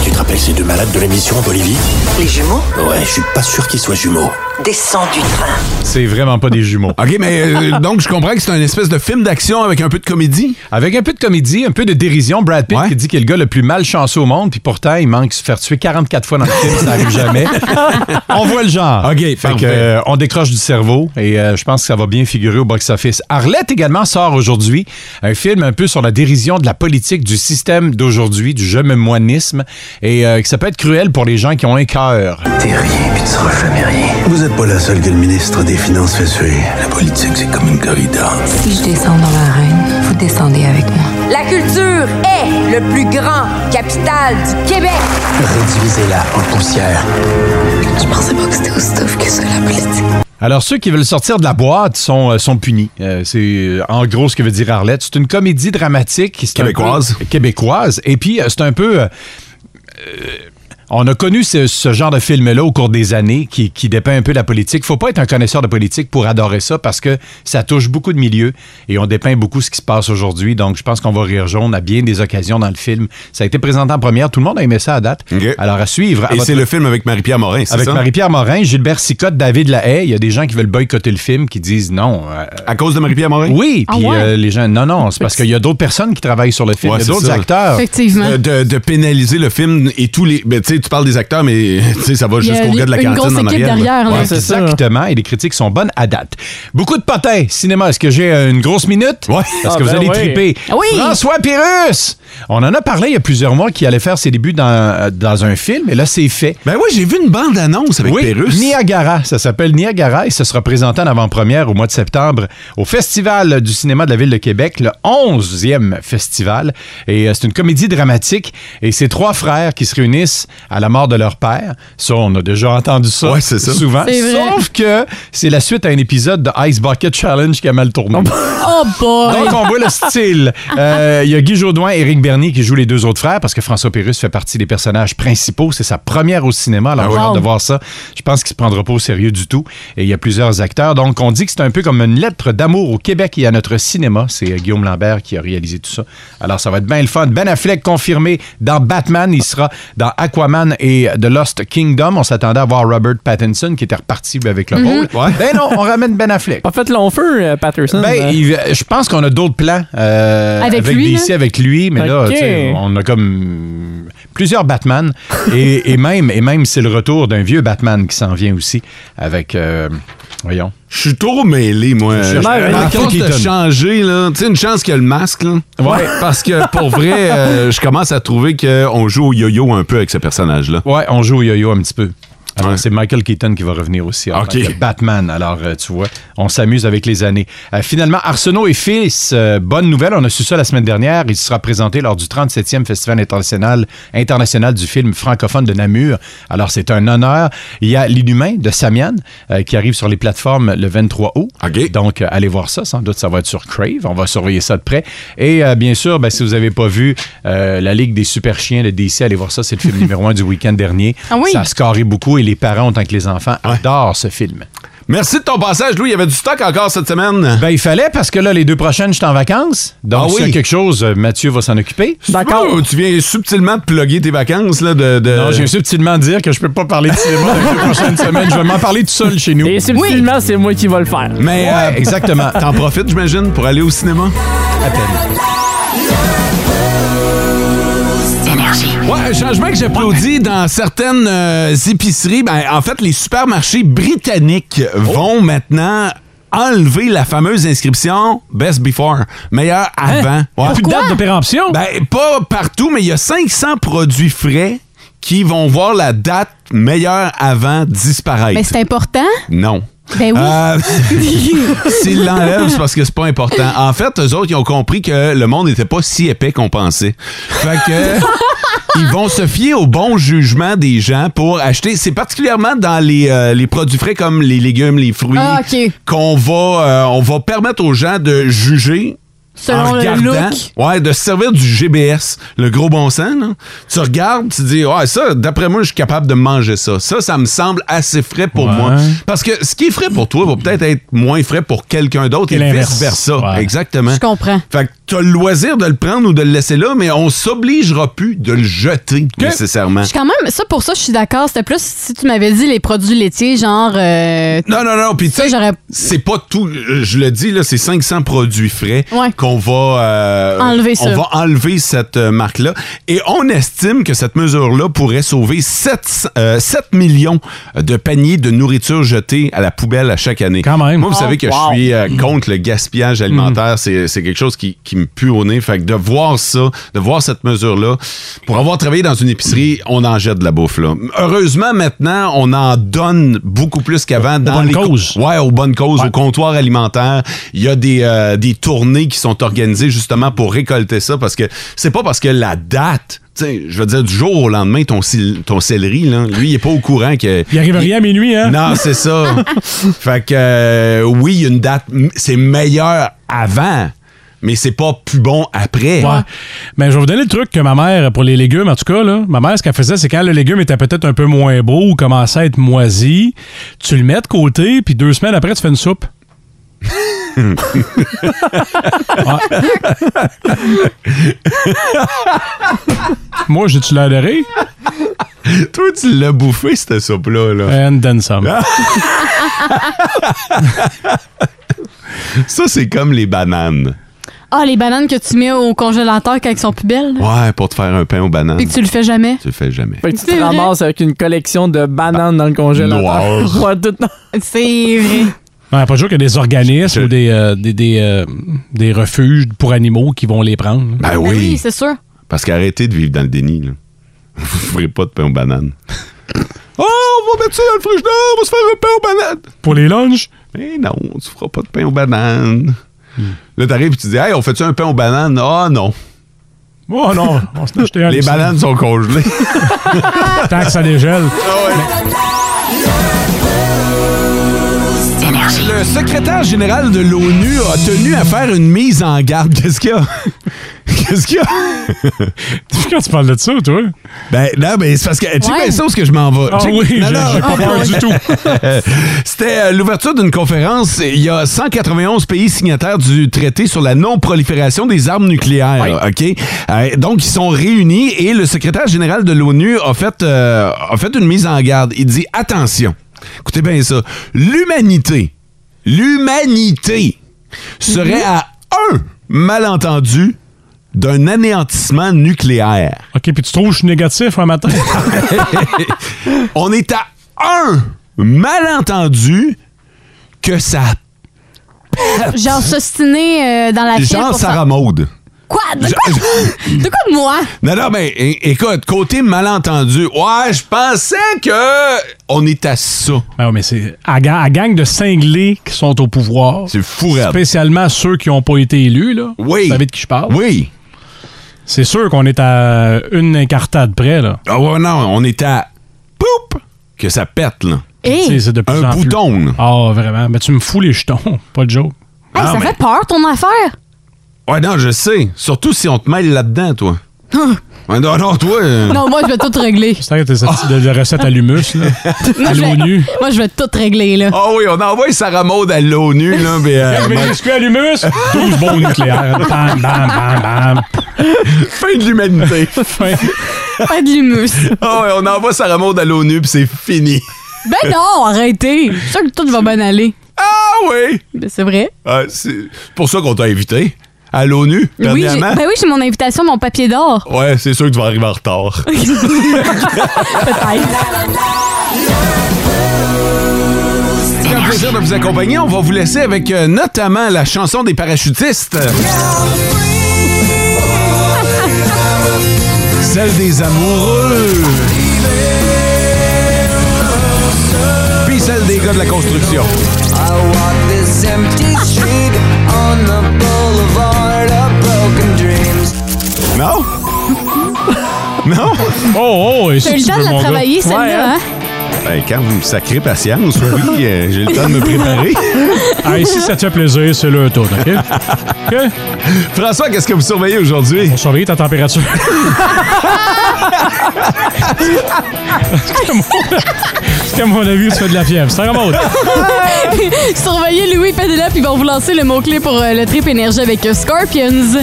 A: Tu te rappelles ces deux malades de l'émission en Bolivie
M: Les jumeaux
A: Ouais, je suis pas sûr qu'ils soient jumeaux.
M: descendent du train.
F: C'est vraiment pas des jumeaux.
C: OK, mais euh, donc je comprends que c'est un espèce de film d'action avec un peu de comédie.
F: Avec un peu de comédie, un peu de dérision, Brad Pitt qui dit qu'il est le gars le plus malchanceux au monde, puis pourtant il manque se faire tuer 44 fois dans le film, ça arrive jamais. on voit le genre.
C: OK,
F: fait
C: parfait.
F: que, euh, on décroche du cerveau et euh, je pense que ça va bien figurer au box-office. Arlette également sort aujourd'hui un film un peu sur la dérision de la politique du système d'aujourd'hui, du je me moinisme, et euh, que ça peut être cruel pour les gens qui ont un cœur.
A: T'es rien, puis tu seras jamais rien. Vous êtes pas la seule que le ministre des Finances fait suer. La politique, c'est comme une corrida.
J: Si je descends dans l'arène, vous descendez avec moi.
N: La culture est le plus grand capital du Québec.
A: Réduisez-la en poussière.
J: Je pensais pas que c'était au stuff que ça la politique.
F: Alors, ceux qui veulent sortir de la boîte sont, euh, sont punis. Euh, c'est euh, en gros ce que veut dire Arlette. C'est une comédie dramatique. c'est un
C: Québécoise.
F: peu- québécoise. Et puis, euh, c'est un peu... euh, on a connu ce, ce genre de film-là au cours des années qui, qui dépeint un peu la politique. Faut pas être un connaisseur de politique pour adorer ça parce que ça touche beaucoup de milieux et on dépeint beaucoup ce qui se passe aujourd'hui. Donc, je pense qu'on va rire jaune à bien des occasions dans le film. Ça a été présenté en première. Tout le monde a aimé ça à date. Alors, à suivre. à
C: Et
F: votre-
C: c'est le film avec Marie-Pierre Morin, c'est
F: avec
C: ça?
F: Marie-Pierre Morin, Gilbert Sicotte, David Lahaye. Il y a des gens qui veulent boycotter le film, qui disent non. euh,
C: à cause de Marie-Pierre Morin?
F: Oui,
C: Ah
F: puis
C: ouais?
F: euh, les gens, non, non, c'est parce qu'il y a d'autres personnes qui travaillent sur le film,
C: Ouais,
F: il y a
C: c'est
F: d'autres
C: ça.
F: acteurs.
C: De, Euh, de- de pénaliser le film et tous les. ben, tu sais, tu parles des acteurs, mais tu sais, ça va
D: Il y a
C: jusqu'au
D: li-
C: gars de la
D: une grosse
C: quarantaine en
D: équipe
C: arrière. là.
D: derrière, là.
C: Ouais,
D: C'est ça.
F: Exactement, et les critiques sont bonnes à date. Beaucoup de potins. Cinéma, est-ce que j'ai euh, une grosse minute? Oui. Parce
C: Ah,
F: que vous
C: ben
F: allez
C: oui.
F: triper.
C: Oui.
F: François Pérus! On en a parlé il y a plusieurs mois qui allait faire ses débuts dans, euh, dans un film, et là, c'est fait.
C: Ben oui, j'ai vu une bande-annonce avec
F: oui,
C: Pérus.
F: Niagara, ça s'appelle Niagara et ça sera présenté en avant-première au mois de septembre au Festival du cinéma de la Ville de Québec, le 11e festival. Et euh, c'est une comédie dramatique et c'est trois frères qui se réunissent à la mort de leur père. Ça, on a déjà entendu ça, souvent.
D: C'est vrai.
F: Sauf que c'est la suite à un épisode de Ice Bucket Challenge qui a mal tourné.
D: Oh boy!
F: Donc, on voit le style. Euh, Il y a Guy Jodoin et Éric Bernier qui jouent les deux autres frères parce que François Pérus fait partie des personnages principaux. C'est sa première au cinéma. Alors,
C: Ah
F: j'ai
C: oui.
F: hâte de
C: Wow.
F: voir ça. Je pense qu'il se prendra pas au sérieux du tout. Et il y a plusieurs acteurs. Donc, on dit que c'est un peu comme une lettre d'amour au Québec et à notre cinéma. C'est euh, Guillaume Lambert qui a réalisé tout ça. Alors, ça va être bien le fun. Ben Affleck confirmé dans Batman. Il sera dans Aquaman et The Lost Kingdom. On s'attendait à voir Robert Pattinson qui était reparti avec le
E: Mhm.
F: rôle.
E: Ouais.
F: Ben non, on ramène Ben Affleck.
E: En fait, long feu, euh, Patterson.
F: Ben,
E: Euh,
F: il- je pense qu'on a d'autres plans euh,
E: Avec lui,
F: DC,
E: là?
F: avec lui, mais là,
E: Ok.
F: tu sais, on a comme plusieurs Batman et, et même, et même c'est le retour d'un vieux Batman qui s'en vient aussi avec, euh, voyons.
C: Je suis trop mêlé, moi.
F: Je cherche-
C: À
F: Michael
C: cause de
F: Keaton.
C: changer, là. Tu sais, une chance qu'il y a le masque, là.
F: Ouais.
C: Parce que pour vrai, euh, je commence à trouver qu'on joue au yo-yo un peu avec ce personnage-là.
F: Ouais, on joue au yo-yo un petit peu.
O: Alors, C'est Michael Keaton qui va revenir aussi. en
C: OK.
O: tant que Batman. Alors, euh, tu vois, on s'amuse avec les années. Euh, finalement, Arsenault et Fils, euh, bonne nouvelle, on a su ça la semaine dernière. Il sera présenté lors du 37e Festival international, international du film francophone de Namur. Alors, c'est un honneur. Il y a L'Inhumain de Samian euh, qui arrive sur les plateformes le 23 août. Donc, euh, allez voir ça. Sans doute, ça va être sur Crave. On va surveiller ça de près. Et euh, bien sûr, ben, si vous n'avez pas vu euh, La Ligue des Super Chiens, le DC, allez voir ça. C'est le film numéro un du week-end dernier.
D: Ah oui?
O: Ça a scoré beaucoup et les parents, autant que les enfants, adorent ce film.
C: Merci de ton passage, Louis. Il y avait du stock encore cette semaine.
O: Ben, il fallait parce que là, les deux prochaines, je suis en vacances. Donc,
C: Ah oui?
O: s'il y a quelque chose, euh, Mathieu va s'en occuper.
F: Ben,
C: D'accord. Tu viens subtilement de plugger tes vacances là, de, de-
O: Non, je viens subtilement dire que je peux pas parler de cinéma dans les deux prochaines semaines. Je vais m'en parler tout seul chez nous.
E: Et subtilement, c'est moi qui vais le faire.
C: Mais euh,
O: exactement.
C: T'en profites, j'imagine, pour aller au cinéma?
O: À peine.
C: Ouais, un changement que j'applaudis dans certaines euh, épiceries. Ben, en fait, les supermarchés britanniques vont maintenant enlever la fameuse inscription Best Before, meilleur avant.
F: Il y a Hein? plus de date de péremption?
C: Ben, pas partout, mais il y a 500 produits frais qui vont voir la date meilleur avant disparaître.
D: Mais c'est important.
C: Non.
D: Ben oui.
C: Euh, S'ils l'enlèvent, c'est parce que c'est pas important. En fait, eux autres, ils ont compris que le monde n'était pas si épais qu'on pensait. Fait que. Ils vont se fier au bon jugement des gens pour acheter. C'est particulièrement dans les, euh, les produits frais comme les légumes, les fruits,
D: Ah, ok.
C: qu'on va, euh, on va permettre aux gens de juger
D: Selon
C: en
D: le
C: regardant. hein.
D: look.
C: Ouais, de se servir du GBS, le gros bon sens. là. Tu regardes, tu dis, ouais, ça, d'après moi, je suis capable de manger ça. Ça, ça me semble assez frais pour
F: Ouais.
C: moi. Parce que ce qui est frais pour toi va peut-être être moins frais pour quelqu'un d'autre
F: Et
C: et
F: l'inverse.
C: vice-versa.
F: Ouais.
C: Exactement.
D: Je comprends.
C: Fait que t'as le loisir de le prendre ou de le laisser là, mais on s'obligera plus de le jeter nécessairement.
D: Je suis quand même, ça pour ça, je suis d'accord. C'était plus si tu m'avais dit les produits laitiers, genre. euh,
C: Non, non, non. Puis tu sais,
D: j'aurais-
C: c'est pas tout. euh, Je le dis, là, c'est 500 produits frais
D: Ouais.
C: qu'on va... euh,
D: Enlever ça.
C: On va enlever cette euh, marque-là. Et on estime que cette mesure-là pourrait sauver 7, 7 millions de paniers de nourriture jetés à la poubelle à chaque année. Quand même. Moi,
D: Ah
C: vous
F: Oh,
C: savez que
F: wow.
C: je suis euh, contre le gaspillage alimentaire. C'est c'est quelque chose qui, qui me pue au nez. Fait que de voir ça, de voir cette mesure-là, pour avoir travaillé dans une épicerie, on en jette de la bouffe. Là. Heureusement, maintenant, on en donne beaucoup plus qu'avant dans
F: bonnes
C: les co-
F: causes.
C: Ouais, aux bonnes causes, au comptoir alimentaire. Il y a des, euh, des tournées qui sont organisées justement pour récolter ça parce que c'est pas parce que la date, tu sais, je veux dire, du jour au lendemain, ton, cil- ton céleri, là, lui, il est pas au courant que.
F: Il arrive rien à minuit, hein?
C: Non, c'est ça. fait que euh, oui, il y a une date, m- c'est meilleur avant, mais c'est pas plus bon après.
F: Ouais. Ben, je vais vous donner le truc que ma mère, pour les légumes, en tout cas, là, ma mère, ce qu'elle faisait, c'est quand le légume était peut-être un peu moins beau ou commençait à être moisi, tu le mets de côté, puis deux semaines après, tu fais une soupe. Moi, j'ai-tu l'air de rire?
C: Toi, tu l'as bouffé, cette soupe-là. Là.
F: And then some.
C: Ça, c'est comme les bananes.
D: Ah, les bananes que tu mets au congélateur quand elles sont plus belles. là.
C: Ouais, pour te faire un pain aux bananes.
D: Puis que tu le fais jamais.
C: Tu le fais jamais.
E: Fait que tu
D: C'est
E: te
D: vrai.
E: ramasses avec une collection de bananes dans le congélateur.
C: Noires.
E: Ouais, tout-
D: C'est vrai.
F: Ouais, pas toujours qu'il y a des organismes ou des, euh, des, des, euh, des refuges pour animaux qui vont les prendre.
C: Ben
D: Oui,
C: oui.
D: c'est sûr.
C: Parce qu'arrêtez de vivre dans le déni. Là. Vous ferez pas de pain aux bananes. oh, on va mettre ça dans le frigidaire, on va se faire un pain aux bananes.
F: Pour les lunchs?
C: Mais non, tu feras pas de pain aux bananes. Là, t'arrives et tu dis, hey, on fait-tu un pain aux bananes? Ah non.
F: Oh non, on s'en achetait un.
C: Les bananes sont congelées.
F: Tant que ça dégèle.
C: Le secrétaire général de l'ONU a tenu à faire une mise en garde. Qu'est-ce qu'il y a? Qu'est-ce qu'il y a?
F: Quand tu parles de ça, toi?
C: Ben, non, mais c'est parce que. Tu
F: Ouais.
C: sais, ça où est-ce que je m'en vais?
F: Ah
C: Check-
F: oui,
C: Non,
F: j'ai-
C: non.
F: j'ai pas peur du tout.
C: C'était euh, l'ouverture d'une conférence. euh, Il y a 191 pays signataires du traité sur la non-prolifération des armes nucléaires. OK? Euh, donc, ils sont réunis et le secrétaire général de l'ONU a, fait, euh, a fait une mise en garde. Il dit attention, écoutez bien ça, l'humanité, l'humanité serait à un malentendu d'un anéantissement nucléaire.
F: OK, puis tu trouves que je suis négatif un matin?
C: On est à un malentendu que ça
D: Genre s'ostiner euh, dans la fièvre
C: Genre
D: pour
C: Sarah Maude.
D: Quoi? De quoi? de quoi de moi?
C: Non, non, mais é- écoute, côté malentendu, ouais, je pensais que on est à ça.
F: Ben oui, mais c'est à, ga- à gang de cinglés qui sont au pouvoir.
C: C'est fou, raide.
F: Spécialement ceux qui n'ont pas été élus, là.
C: Oui.
F: Vous savez de qui je parle?
C: Oui.
F: C'est sûr qu'on est à une incartade près, là.
C: Ah ouais, non, on est à poup que ça pète, là.
D: Hey!
F: C'est- c'est de plus
C: Un
F: en plus.
C: bouton, là.
F: Ah, vraiment. Mais tu me fous les jetons, pas de joke.
D: Hey,
C: Ah,
D: ça
C: mais-
D: fait peur ton affaire?
C: Ouais, non, je sais. Surtout si on te mêle là-dedans, toi. Ouais, non, Hein? non, toi. euh,
D: non, moi, je vais tout régler.
F: C'est vrai que t'es sorti de la recette à l'humus, là.
D: Moi,
F: à
D: je
F: l'eau nue.
D: vais, moi, je vais tout régler, là.
C: Ah oui, on envoie Sarah Maud à l'ONU, là. mais, euh,
F: Mais
C: ben,
F: j'ai à l'humus. 12 bombes nucléaires. Bam, bam, bam, bam.
C: fin de l'humanité.
D: Pas de l'humus.
C: Ah ouais, on envoie Sarah Maud à l'ONU, puis c'est fini.
D: Ben non, arrêtez. Je suis sûre que tout va bien aller.
C: Ah oui!
D: Ben, c'est vrai.
C: Ah, c'est pour ça qu'on t'a invité à l'ONU,
D: Oui, j'ai-
C: dernièrement.
D: ben oui, j'ai mon invitation, mon papier d'or.
C: Ouais, c'est sûr que tu vas arriver en retard. C'est un plaisir de vous accompagner. On va vous laisser avec euh, notamment la chanson des parachutistes. Celle des amoureux. Puis celle des gars de la construction.
J: I walk this empty street on the boulevard of broken dreams.
C: Non? Non?
F: Oh, oh, et
D: T'as eu le temps de la travailler, celle-là, hein?
C: Ben, quand vous me sacrez patience, oui, euh, j'ai le temps de me préparer.
F: Ah, ici, ça te fait plaisir, c'est le tour, OK? OK?
C: François, qu'est-ce que vous surveillez aujourd'hui?
F: On surveille ta température. Parce qu'à mon avis, tu fais de la fièvre. C'est un mode.
D: Surveillez Louis Padilla, puis ils vont vous lancer le mot-clé pour euh, le trip énergie avec euh, Scorpions.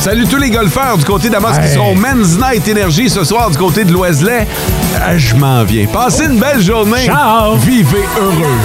C: Salut tous les golfeurs du côté d'Amos qui seront au Men's Night Energy ce soir du côté de l'Oiselet. Euh, Ah, Je m'en viens. Passez une belle journée.
F: Ciao!
C: Vivez heureux.